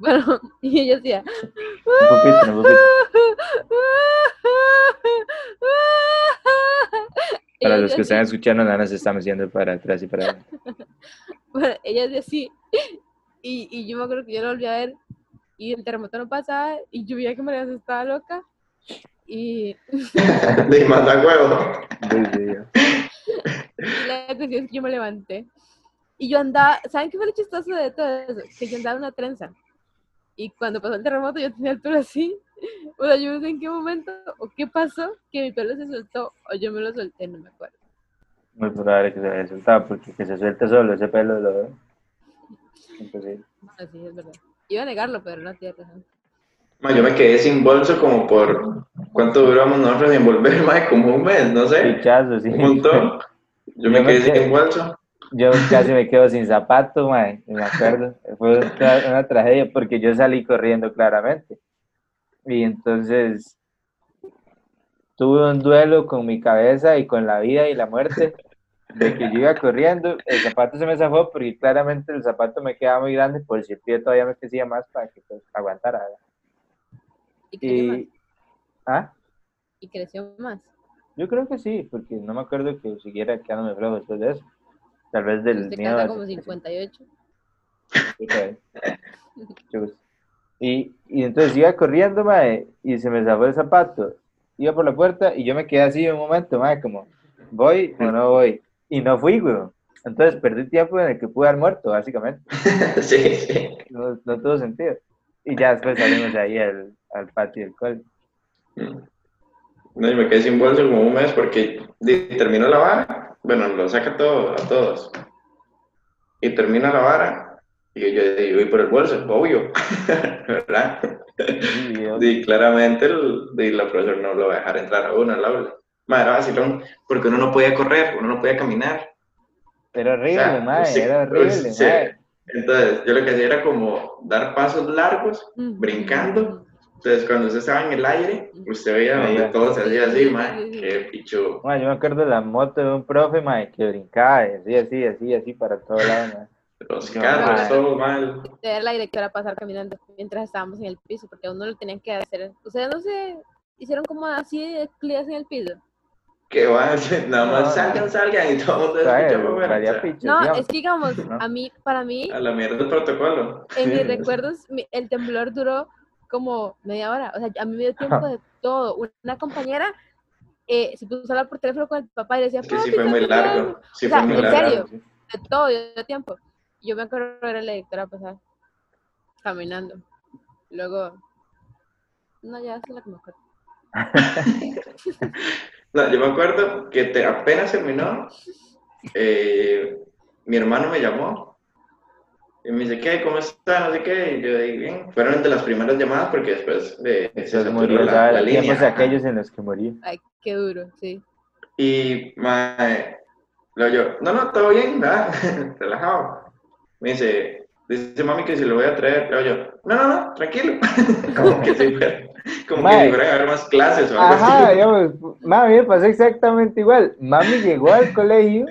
Speaker 5: Bueno, y ella hacía.
Speaker 4: un poquito, un poquito.
Speaker 5: Y
Speaker 4: Para
Speaker 5: ella
Speaker 4: los que
Speaker 5: hacía
Speaker 4: están escuchando, nada se están haciendo para atrás y para adelante.
Speaker 5: Bueno, ella decía así. Y, y yo me acuerdo que yo lo volví a ver. Y el terremoto no pasaba. Y yo veía que María José estaba loca. Y,
Speaker 3: De manda huevo.
Speaker 4: Sí, sí, yo.
Speaker 5: y la cuestión es que yo me levanté. Y yo andaba. ¿Saben qué fue lo chistoso de todo eso? Que yo andaba en una trenza. Y cuando pasó el terremoto, yo tenía el pelo así. O sea, yo no sé en qué momento o qué pasó que mi pelo se soltó o yo me lo solté, no me acuerdo.
Speaker 4: Muy probable que se haya soltado, porque que se suelte solo ese pelo, lo veo. Imposible.
Speaker 5: Bueno, sí, es verdad. Iba a negarlo, pero no tiene razón.
Speaker 3: Ma, yo me quedé sin bolso como por... ¿Cuánto duramos nosotros en volver, mae? Como un mes, no sé.
Speaker 4: Pichazo, sí.
Speaker 3: Un montón. Yo me
Speaker 4: Yo me
Speaker 3: quedé
Speaker 4: quedé-
Speaker 3: sin bolso.
Speaker 4: Yo casi me quedo sin zapato, mae, me acuerdo. Fue una, una tragedia porque yo salí corriendo claramente. Y entonces tuve un duelo con mi cabeza y con la vida y la muerte. De que yo iba corriendo, el zapato se me zafó porque claramente el zapato me quedaba muy grande, por si el pie todavía me crecía más para que pues, aguantara. ¿verdad?
Speaker 5: Y creció, más,
Speaker 4: Y, ¿ah?
Speaker 5: y creció más.
Speaker 4: Yo creo que sí, porque no me acuerdo que siguiera quedándome flojo después de eso. Tal vez del
Speaker 5: Usted
Speaker 4: miedo.
Speaker 5: Pues canta
Speaker 4: a-
Speaker 5: como 58.
Speaker 4: Sí, tal vez. Yo creo. Y, y entonces iba corriendo, mae, y se me zafó el zapato. Iba por la puerta y yo me quedé así un momento, mae, como, ¿voy o no voy? Y no fui, güey. Entonces perdí tiempo en el que pude haber muerto, básicamente.
Speaker 3: Sí, sí.
Speaker 4: No, no tuvo sentido. Y ya después salimos de ahí al, al patio del cole.
Speaker 3: No, yo me quedé sin bolso como un mes porque di- terminó la vara. Bueno, lo saca todo, a todos. Y termina la vara. Y yo, yo, yo voy por el bolso, obvio. ¿Verdad?
Speaker 4: Sí, yo-
Speaker 3: Y claramente el, y la profesora no lo va a dejar entrar a uno al aula. Madre, era vacilón, porque uno no podía correr, uno no podía caminar.
Speaker 4: Era
Speaker 3: O
Speaker 4: horrible,
Speaker 3: sea,
Speaker 4: mae,
Speaker 3: Ah, sí, pues,
Speaker 4: era horrible,
Speaker 3: sí.
Speaker 4: mae.
Speaker 3: Entonces, yo lo que hacía era como dar pasos largos. Brincando. Entonces, cuando usted estaba en el aire, usted veía donde
Speaker 4: Veía.
Speaker 3: todo se hacía así, madre. Qué picho.
Speaker 4: Ma, yo me acuerdo de la moto de un profe, ma, que brincaba, y así, así, así, así para todos lados, ma.
Speaker 3: Los
Speaker 4: No,
Speaker 3: carros,
Speaker 5: madre.
Speaker 3: todo mal.
Speaker 5: De ver la directora pasar caminando mientras estábamos en el piso, porque a uno lo tenían que hacer. Ustedes no se hicieron como así de clics en el piso.
Speaker 3: Que va, nada
Speaker 4: No,
Speaker 3: más
Speaker 4: no.
Speaker 3: salgan, salgan y todo el mundo
Speaker 4: Sabe,
Speaker 3: escucha mover,
Speaker 4: valía
Speaker 3: o sea,
Speaker 4: picho,
Speaker 5: No,
Speaker 4: digamos.
Speaker 5: es que digamos,
Speaker 4: ¿no?
Speaker 5: a mí, para mí,
Speaker 3: A la mierda del protocolo.
Speaker 5: en mis recuerdos, mi- el temblor duró como media hora. O sea, a mí me dio tiempo de todo. Una compañera eh, se puso a hablar por teléfono con el papá y le decía,
Speaker 3: Es que
Speaker 5: "Papi,
Speaker 3: sí fue
Speaker 5: está
Speaker 3: muy
Speaker 5: temblando".
Speaker 3: largo. Sí
Speaker 5: O sea,
Speaker 3: fue muy
Speaker 5: en
Speaker 3: largo.
Speaker 5: serio. de todo el tiempo. Yo me acuerdo de ver a la directora pasar caminando. Luego, no, ya es la que me acuerdo.
Speaker 3: No, yo me acuerdo que te- apenas terminó, eh, mi hermano me llamó y me dice, ¿qué? ¿Cómo está? No sé qué. Y yo dije, bien. Fueron de las primeras llamadas porque después eh, se
Speaker 4: Entonces
Speaker 3: saturó
Speaker 4: murió,
Speaker 3: la,
Speaker 4: ¿sabe?
Speaker 3: la
Speaker 4: Los tiempos de
Speaker 3: línea.
Speaker 4: aquellos en los que murió.
Speaker 5: Ay, qué duro, sí.
Speaker 3: Y mae, lo yo, no, no, todo bien, nada, relajado. Me dice, "De- Dice mami que si lo voy a traer, pero yo, no, no, no, tranquilo. como que si fuera, como que
Speaker 4: Mae.
Speaker 3: si fueran a haber más clases o algo
Speaker 4: Ajá,
Speaker 3: así.
Speaker 4: digamos, mami me pasó exactamente igual. Mami llegó al colegio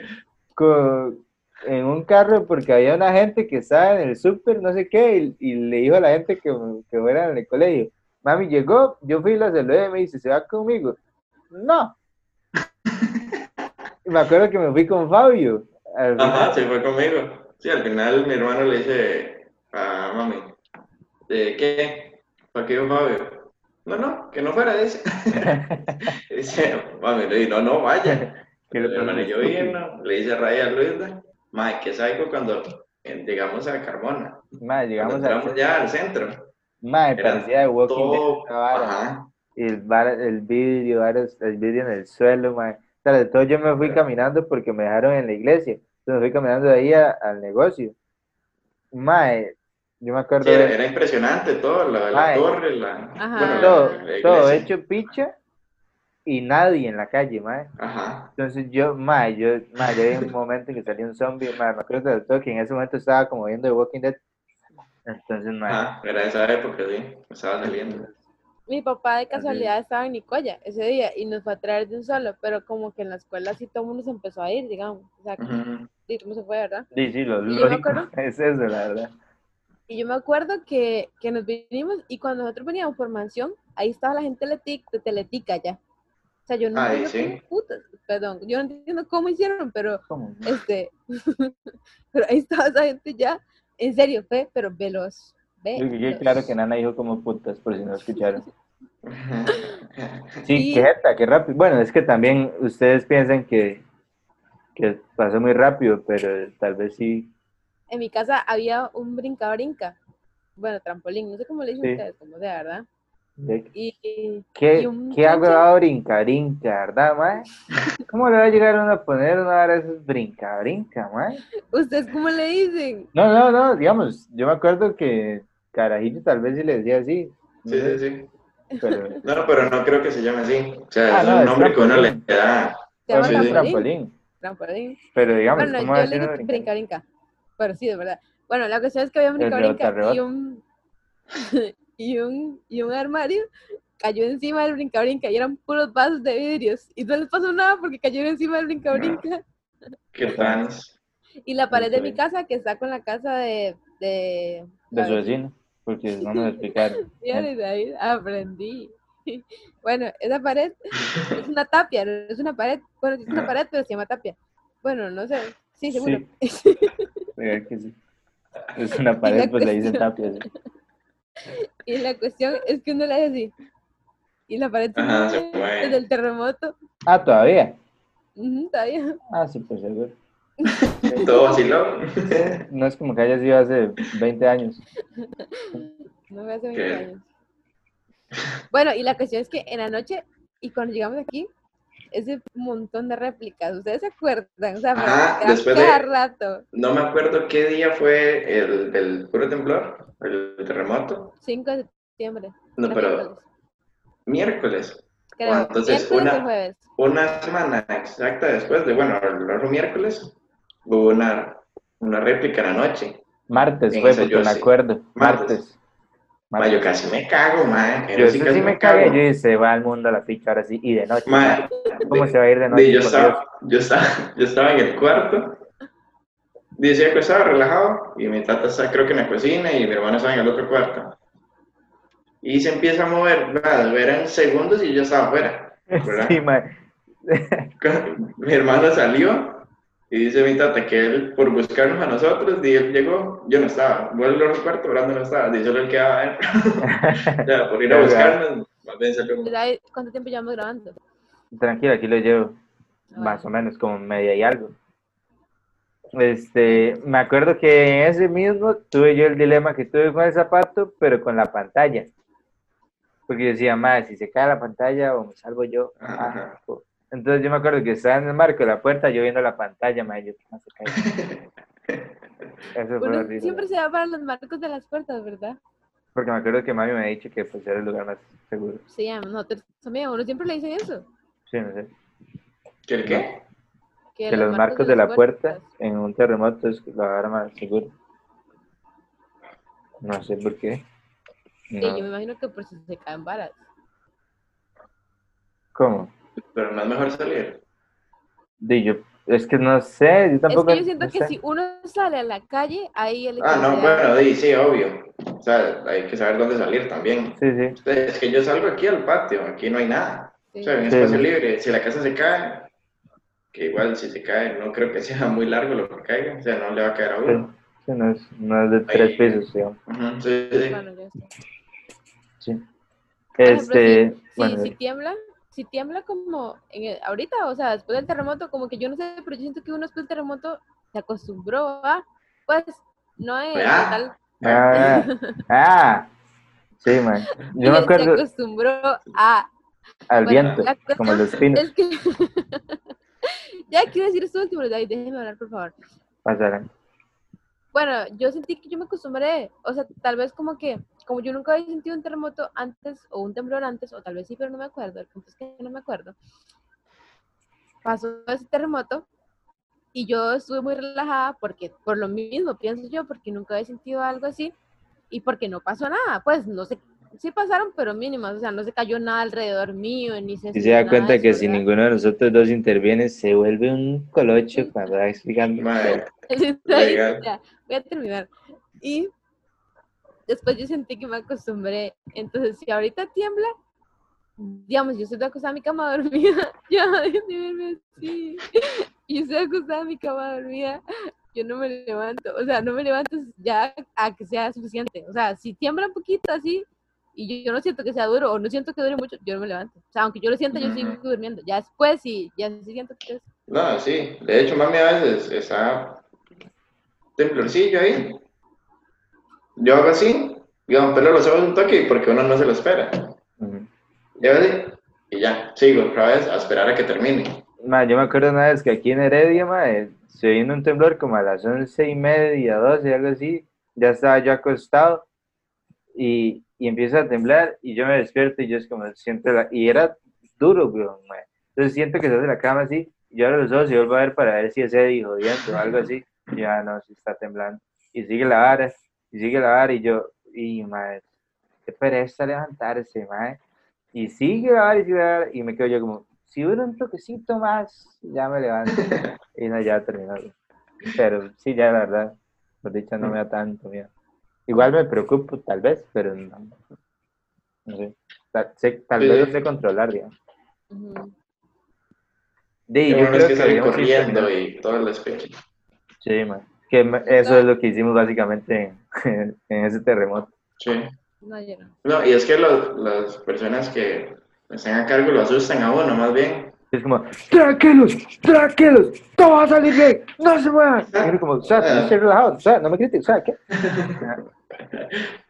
Speaker 4: con- en un carro porque había una gente que estaba en el súper, no sé qué, y, y le dijo a la gente que, que fuera en el colegio. Mami llegó, yo fui y la saludé y me dice, ¿se va conmigo? No. Y me acuerdo que me fui con Fabio. al
Speaker 3: Ajá,
Speaker 4: final.
Speaker 3: se fue conmigo. Sí, al final mi hermano le dice a mami, ¿de qué? ¿Para qué iba Fabio? No, no, que no fuera de ese. Y dice, mami, le dice, no, no, vaya.
Speaker 4: Que
Speaker 3: Mi
Speaker 4: le
Speaker 3: hermano y yo
Speaker 4: pregunté,
Speaker 3: bien, ¿no? Le dice Raya a Luisa, mae, ¿qué salgo cuando eh, llegamos a Carmona?
Speaker 4: Mae,
Speaker 3: Cuando
Speaker 4: llegamos
Speaker 3: entramos
Speaker 4: a...
Speaker 3: ya al centro.
Speaker 4: Mae,
Speaker 3: Era
Speaker 4: parecía de Walking
Speaker 3: Todo,
Speaker 4: Dead, esa vara.
Speaker 3: ajá.
Speaker 4: y el, bar, el vidrio, varios- el vidrio en el suelo, mae. O sea, de todo yo me fui caminando porque me dejaron en la iglesia. Entonces me fui caminando de ahí a- al negocio. Mae, yo me acuerdo
Speaker 3: Sí, era,
Speaker 4: de
Speaker 3: era impresionante todo, la, la
Speaker 4: Mae.
Speaker 3: torre, la,
Speaker 5: Ajá.
Speaker 3: bueno, la-
Speaker 4: todo,
Speaker 3: la iglesia.
Speaker 4: todo hecho picha y nadie en la calle, mae.
Speaker 3: Ajá.
Speaker 4: Entonces yo, mae, yo, mae, yo vi un momento en que salió un zombie, mae, me acuerdo de todo que en ese momento estaba como viendo The Walking Dead. Entonces, mae,
Speaker 3: Ajá, era esa época, sí, estaba saliendo.
Speaker 5: Mi papá de casualidad estaba en Nicoya ese día y nos fue a traer de un solo, pero como que en la escuela sí todo el mundo se empezó a ir, digamos. O sea,
Speaker 3: Ujú.
Speaker 5: sí, ¿cómo se fue, verdad?
Speaker 4: sí, sí, lo
Speaker 5: Y yo me
Speaker 4: lógico
Speaker 5: acuerdo-
Speaker 4: es eso, la verdad.
Speaker 5: Y yo me acuerdo que, que nos vinimos y cuando nosotros veníamos por mansión, ahí estaba la gente teleti- de Teletica ya. O sea, yo no
Speaker 3: Ay,
Speaker 5: entiendo
Speaker 3: sí.
Speaker 5: cómo putas, perdón, yo no entiendo cómo hicieron, pero
Speaker 4: ¿Cómo?
Speaker 5: este, pero ahí estaba esa gente ya, en serio, fue, pero veloz.
Speaker 4: Yo creo que
Speaker 5: veloz.
Speaker 4: claro que Nana dijo como putas, por si no escucharon. Sí,
Speaker 5: Sí.
Speaker 4: qué jeta, qué rápido. Bueno, es que también ustedes piensan que, que pasó muy rápido, pero tal vez sí.
Speaker 5: En mi casa había un brinca-brinca, bueno, trampolín, no sé cómo le dicen
Speaker 4: Sí.
Speaker 5: ustedes, como sea, ¿verdad?
Speaker 4: ¿Qué,
Speaker 5: Y, y
Speaker 4: qué
Speaker 5: un pinche-
Speaker 4: agua brinca, brinca, verdad, mae? ¿Cómo le va a llegar uno a poner una hora de esos brinca, brinca, mae?
Speaker 5: ¿Ustedes cómo le dicen?
Speaker 4: No, no, no, digamos, yo me acuerdo que Carajillo tal vez sí le decía así. no
Speaker 3: Sí,
Speaker 4: sé,
Speaker 3: sí, sí.
Speaker 4: Pero,
Speaker 3: No, no, pero no creo que se llame así. O sea,
Speaker 4: Ah,
Speaker 3: es
Speaker 4: no,
Speaker 3: un
Speaker 4: es
Speaker 3: nombre que uno le
Speaker 4: trampolín.
Speaker 3: da.
Speaker 5: Se llama
Speaker 3: sí,
Speaker 4: es
Speaker 3: sí.
Speaker 5: trampolín.
Speaker 4: un Pues trampolín.
Speaker 5: Trampolín.
Speaker 4: Pero digamos,
Speaker 5: Bueno,
Speaker 4: ¿cómo va
Speaker 5: yo le
Speaker 4: a decir
Speaker 5: digo
Speaker 4: una
Speaker 5: brinca,
Speaker 4: brinca?
Speaker 5: brinca. Pero sí, de verdad. Bueno, la cuestión es que había un
Speaker 4: El
Speaker 5: brinca,
Speaker 4: rebote,
Speaker 5: brinca
Speaker 4: el rebote.
Speaker 5: y un, y un y un armario cayó encima del brinca, brinca y eran puros vasos de vidrios y no les pasó nada porque cayeron encima del brinca,
Speaker 3: No.
Speaker 5: brinca.
Speaker 3: ¿Qué tal?
Speaker 5: Y la pared de mi
Speaker 4: Ok.
Speaker 5: casa que está con la casa de de,
Speaker 4: De
Speaker 5: la
Speaker 4: su vecino, porque no me lo explicaron.
Speaker 5: vecina de David, aprendí. Bueno, esa pared es una tapia, no es una pared. Bueno, sí es una
Speaker 3: No.
Speaker 5: pared, pero se llama tapia. Bueno, no sé. Sí, seguro.
Speaker 4: Oiga que sí. Es una pared, pues le dicen tapia. sí.
Speaker 5: Y la cuestión es que uno la hace así. Y la pared se
Speaker 3: Ajá,
Speaker 5: mueve
Speaker 3: se mueve.
Speaker 5: desde el terremoto.
Speaker 4: Ah, todavía.
Speaker 5: Ujú, todavía.
Speaker 4: Ah, súper seguro.
Speaker 3: Todo vacilón.
Speaker 4: No es como que haya sido hace 20 años.
Speaker 5: No me hace 20
Speaker 3: ¿Qué?
Speaker 5: años. Bueno, y la cuestión es que en la noche y cuando llegamos aquí, ese montón de réplicas. ¿Ustedes se acuerdan? O sea, me
Speaker 3: Ajá,
Speaker 5: replicaban
Speaker 3: después de-
Speaker 5: cada rato.
Speaker 3: No me acuerdo qué día fue el del puro temblor, el terremoto.
Speaker 5: 5 de septiembre.
Speaker 3: No,
Speaker 5: era
Speaker 3: pero
Speaker 5: miércoles,
Speaker 3: miércoles.
Speaker 5: creo.
Speaker 3: Bueno, entonces,
Speaker 5: miércoles
Speaker 3: una-
Speaker 5: o jueves.
Speaker 3: Una semana exacta después de, bueno, el otro miércoles, hubo una, una réplica en la noche.
Speaker 4: Martes
Speaker 3: En
Speaker 4: fue,
Speaker 3: esa
Speaker 4: porque
Speaker 3: yo
Speaker 4: me
Speaker 3: sí.
Speaker 4: acuerdo. Martes.
Speaker 3: Ma, yo
Speaker 4: Martes.
Speaker 3: casi me cago, man.
Speaker 4: Yo eso sí me cagué. Yo dije, se va al mundo a la picha ahora sí. Y de noche.
Speaker 3: Ma,
Speaker 4: ¿Cómo
Speaker 3: de-
Speaker 4: se va a ir de
Speaker 3: de-
Speaker 4: noche?
Speaker 3: yo,
Speaker 4: por
Speaker 3: estaba,
Speaker 4: Dios?
Speaker 3: yo, estaba, yo estaba en el cuarto, decía que estaba relajado, y mi tata está creo que en la cocina y mi hermano estaba en el otro cuarto. Y se empieza a mover, nada, eran segundos y yo estaba afuera. ¿verdad?
Speaker 4: Sí, ma.
Speaker 3: Cuando mi hermano salió y dice mi tata que él, por buscarnos a nosotros, y él llegó, yo no estaba, vuelvo al cuarto, Brando no estaba, dice él que va a ver. o sea, por ir a buscarnos, más bien salió.
Speaker 5: Ay, ¿Cuánto tiempo llevamos grabando? Ah,
Speaker 4: Tranquilo, aquí lo llevo.
Speaker 5: Bueno.
Speaker 4: más o menos como media y algo. Este, me acuerdo que ese mismo tuve yo el dilema que tuve con el zapato, pero con la pantalla. Porque yo decía, madre, si se cae la pantalla o me salvo yo.
Speaker 3: Ajá.
Speaker 4: ah, po". Entonces yo me acuerdo que estaba en el marco de la puerta, yo viendo la pantalla, madre, yo que no se caiga. Eso fue
Speaker 5: Uno
Speaker 4: horrible.
Speaker 5: siempre se va para los marcos de las puertas, ¿verdad?
Speaker 4: Porque me acuerdo que mami me ha dicho que pues, era el lugar más seguro.
Speaker 5: Sí, a nosotros también, a uno siempre le dicen eso.
Speaker 4: Sí, no sé.
Speaker 3: ¿Que el qué?
Speaker 4: Que los marcos de la puerta en un terremoto es la lugar más seguro. No sé por qué.
Speaker 5: Sí,
Speaker 4: No.
Speaker 5: yo me imagino que por si se caen varas.
Speaker 4: ¿Cómo?
Speaker 3: Pero no es mejor salir.
Speaker 4: De yo, es que no sé, yo
Speaker 5: Es
Speaker 4: tampoco.
Speaker 5: que yo siento
Speaker 4: no
Speaker 5: que
Speaker 4: sé.
Speaker 5: si uno sale a la calle, ahí el
Speaker 3: Ah, no, bueno, di, sí, obvio. O sea, hay que saber dónde salir también.
Speaker 4: Sí, sí.
Speaker 3: Es que yo salgo aquí al patio, aquí no hay nada. O sea, en
Speaker 4: Sí.
Speaker 3: espacio libre, si la casa se cae, que igual si se cae, no creo que sea muy largo lo que caiga, o sea, no le va a caer a
Speaker 4: sí.
Speaker 3: uno.
Speaker 4: Sí, no, es, no es de tres
Speaker 3: Ahí.
Speaker 4: pisos, digamos.
Speaker 3: Ujú, sí, sí, sí.
Speaker 5: Bueno, ya está.
Speaker 4: Sí.
Speaker 5: Por ejemplo,
Speaker 4: Este,
Speaker 5: si- si,
Speaker 4: bueno,
Speaker 5: si tiembla, si tiembla como en el- ahorita, o sea, después del terremoto, como que yo no sé, pero yo siento que uno después del terremoto se acostumbró a, pues, no es
Speaker 3: Ah,
Speaker 5: tal.
Speaker 4: ah, ah, sí, man. Yo me
Speaker 5: Se
Speaker 4: acuerdo
Speaker 5: acostumbró a.
Speaker 4: al
Speaker 5: bueno,
Speaker 4: viento,
Speaker 5: la cuestión
Speaker 4: como los pinos
Speaker 5: Es que. ya quiero decir esto último, David, déjeme hablar, por favor.
Speaker 4: pasarán.
Speaker 5: Bueno, yo sentí que yo me acostumbré, o sea, tal vez como que, como yo nunca había sentido un terremoto antes o un temblor antes, o tal vez sí, pero no me acuerdo, el punto es que no me acuerdo. Pasó ese terremoto y yo estuve muy relajada porque, por lo mismo, pienso yo, porque nunca había sentido algo así y porque no pasó nada, pues no sé, sí pasaron, pero mínimas, o sea, no se cayó nada alrededor mío, ni se...
Speaker 4: Y se da
Speaker 5: sintió
Speaker 4: cuenta
Speaker 5: nada
Speaker 4: que
Speaker 5: de
Speaker 4: si
Speaker 5: eso,
Speaker 4: ninguno de nosotros dos interviene, se vuelve un colocho cuando va explicando.
Speaker 3: Madre,
Speaker 5: Entonces,
Speaker 3: Legal.
Speaker 5: ya, voy a terminar. Y después yo sentí que me acostumbré. Entonces, si ahorita tiembla, digamos, yo estoy acostada en mi cama dormida. Yo dejen de verme así. Y yo estoy acostada en mi cama dormida. Yo no me levanto. O sea, no me levanto ya a que sea suficiente. O sea, si tiembla un poquito así y yo, yo no siento que sea duro o no siento que dure mucho, yo no me levanto. O sea, aunque yo lo sienta, yo sigo
Speaker 3: Ujú.
Speaker 5: durmiendo. Ya después, sí, ya sí siento que es.
Speaker 3: No, sí. De hecho, mami a veces está temblorcillo ahí. Yo hago así, digamos, pero los ojos un toque porque uno no se lo espera.
Speaker 4: Ujú.
Speaker 3: Y hago así, y ya, sigo otra vez a esperar a que termine.
Speaker 4: Ma, yo me acuerdo una vez que aquí en Heredia, ma, eh, se vino un temblor como a las once y media, doce, algo así. Ya estaba yo acostado y, y empieza a temblar y yo me despierto y yo es como siento la... Y era duro, weón, ma. Entonces siento que se hace la cama así, y yo abro los ojos y vuelvo a ver para ver si es Eddie jodiendo o algo así. Y ya no, si está temblando. Y sigue la vara, y sigue la vara y yo, y madre, qué pereza levantarse, madre. Y sigue la vara y sigue la vara, y me quedo yo como, si dura un toquecito más, ya me levanto. y no, ya terminó. Pero sí, ya la verdad, por dicho, no me da tanto miedo. Igual me preocupo, tal vez, pero no. no sé. Tal, sé- tal
Speaker 3: Sí,
Speaker 4: vez lo
Speaker 3: sí.
Speaker 4: sé controlar, digamos.
Speaker 5: Ujú.
Speaker 4: Sí,
Speaker 3: Y
Speaker 4: yo
Speaker 3: uno es
Speaker 4: creo
Speaker 3: que
Speaker 4: que
Speaker 3: salir
Speaker 4: digamos, sí,
Speaker 3: corriendo
Speaker 4: terminar-
Speaker 3: y todo el despecho.
Speaker 4: Sí, man. Que me- eso es lo que hicimos básicamente en, en ese terremoto.
Speaker 3: Sí.
Speaker 5: No, yo no.
Speaker 3: No, y es que los- las personas que están a cargo lo asustan a uno, más bien.
Speaker 4: Es como, tranquilos, tranquilos, todo va a salir bien, no se muevan. Y uno como, o sea, no estoy relajado, o sea, no me critiques, o sea, ¿qué?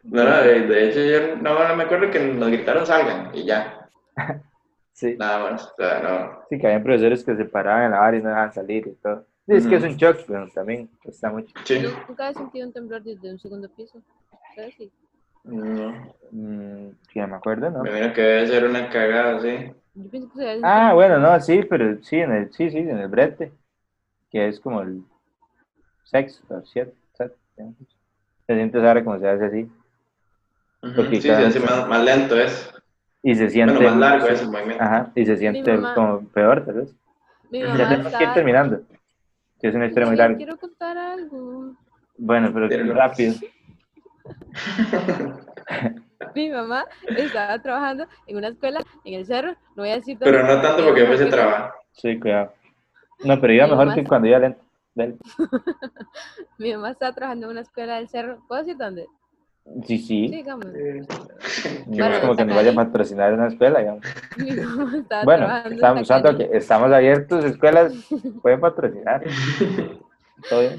Speaker 3: No, no, de, de hecho yo no, no me acuerdo que nos gritaron salgan y ya,
Speaker 4: Sí,
Speaker 3: nada más. O sea, no.
Speaker 4: sí que había profesores que se paraban en la barra y no dejaban salir y todo. Sí, es que es un shock, pero también está mucho.
Speaker 3: Sí.
Speaker 5: Yo nunca he sentido un temblor desde un segundo piso. ¿Sabes? Sí.
Speaker 3: No,
Speaker 4: Mm, que no me acuerdo, ¿no?
Speaker 3: me imagino que debe ser una cagada, sí.
Speaker 5: Yo pienso que se debe sentir-
Speaker 4: Ah, bueno, no, sí, pero sí, en el, sí, sí, en el brete, que es como el sexto, siete, siete. Se siente ahora como se hace así.
Speaker 3: Ujú,
Speaker 4: Porque
Speaker 3: Sí, se
Speaker 4: cada-
Speaker 3: hace más, más lento es.
Speaker 4: Y se siente.
Speaker 3: Bueno, más largo es el movimiento.
Speaker 4: Ajá, y se siente
Speaker 5: mamá-
Speaker 4: como peor, tal vez.
Speaker 5: Mi
Speaker 3: Ya
Speaker 5: mamá
Speaker 4: Ya tenemos que ir
Speaker 5: estaba-
Speaker 4: terminando. Que es una historia muy
Speaker 5: También
Speaker 4: larga.
Speaker 5: Quiero contar algo.
Speaker 4: Bueno, pero
Speaker 3: Pero-
Speaker 4: rápido.
Speaker 5: Mi mamá estaba trabajando en una escuela en el cerro. No voy a decir
Speaker 3: Pero
Speaker 5: dónde,
Speaker 3: no tanto porque después se
Speaker 5: porque-
Speaker 3: traba.
Speaker 4: Sí, cuidado. No, pero iba
Speaker 5: Mi
Speaker 4: mejor
Speaker 5: mamá
Speaker 4: que
Speaker 5: está-
Speaker 4: cuando iba lento. Dale.
Speaker 5: Mi mamá estaba trabajando en una escuela del cerro. ¿Puedo decir dónde?
Speaker 4: Sí,
Speaker 5: Sí,
Speaker 4: sí.
Speaker 5: digamos.
Speaker 4: No es
Speaker 5: bueno,
Speaker 4: como que
Speaker 5: está
Speaker 4: nos vayan
Speaker 5: ahí.
Speaker 4: a patrocinar una escuela, digamos.
Speaker 5: Mi mamá estaba
Speaker 4: Bueno,
Speaker 5: trabajando. en
Speaker 4: estamos,
Speaker 5: la
Speaker 4: usando
Speaker 5: calle.
Speaker 4: que estamos abiertos, escuelas pueden patrocinar. Todo bien.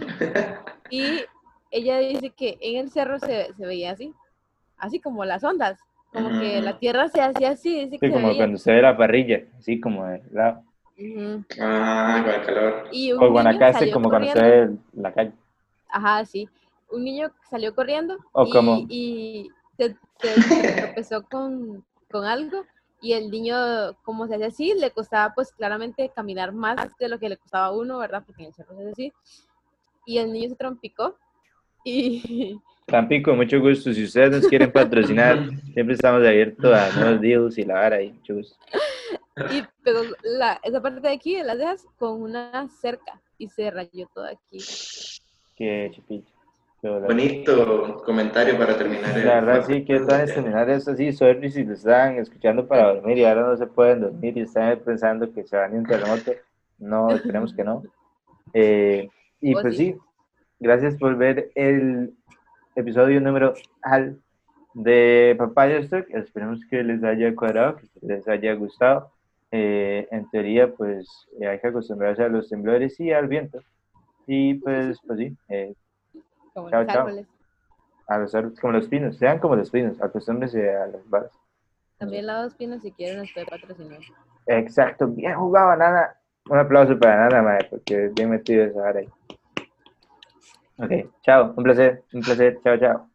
Speaker 5: Y ella dice que en el cerro se, se veía así. Así como las ondas. Como que
Speaker 3: Ujú.
Speaker 5: la tierra se hacía así. Dice que se
Speaker 4: Sí, como
Speaker 5: veía.
Speaker 4: cuando usted ve la parrilla, así como de lado.
Speaker 5: Ujú.
Speaker 3: Ah, con el calor.
Speaker 5: Y un
Speaker 4: O
Speaker 5: niño
Speaker 4: Guanacaste,
Speaker 5: salió
Speaker 4: como cuando usted
Speaker 5: corriendo.
Speaker 4: ve la calle.
Speaker 5: Ajá, sí. Un niño salió corriendo
Speaker 4: O
Speaker 5: y,
Speaker 4: como-
Speaker 5: y se, se- se tropezó con, con algo y el niño, como se hace así, le costaba pues claramente caminar más de lo que le costaba a uno, ¿verdad? Porque en el cerro se hace así. Y el niño se trompicó Y
Speaker 4: Tampico, mucho gusto. Si ustedes nos quieren patrocinar, siempre estamos abiertos a nuevos deals y la vara ahí. Mucho gusto.
Speaker 5: y pegó la, esa parte de aquí de las cejas con una cerca y se rayó todo aquí.
Speaker 4: Qué chupillo. Pero la-
Speaker 3: Bonito comentario para terminar. el-
Speaker 4: La verdad sí, que tan terminar eso así, sorry si lo estaban escuchando para dormir y ahora no se pueden dormir y están pensando que se van a un terremoto. No, esperemos que no. Eh, y
Speaker 5: Pues
Speaker 4: pues
Speaker 5: sí.
Speaker 4: sí, gracias por ver el episodio número al de Papaya Stock. Esperemos que les haya cuadrado, que les haya gustado. Eh, en teoría, pues eh, hay que acostumbrarse a los temblores y al viento. Y pues, pues sí, eh,
Speaker 5: Como
Speaker 4: Chao,
Speaker 5: los
Speaker 4: chao.
Speaker 5: árboles.
Speaker 4: a los árboles, como los pinos, sean como los pinos, acostúmbrense a las varas.
Speaker 5: También la dos pinos si quieren nos puede patrocinar.
Speaker 4: Exacto, bien jugado, Nana. Un aplauso para Nana, madre, porque bien metido esa vara ahí. Ok, chao, un placer, un placer, chao, chao.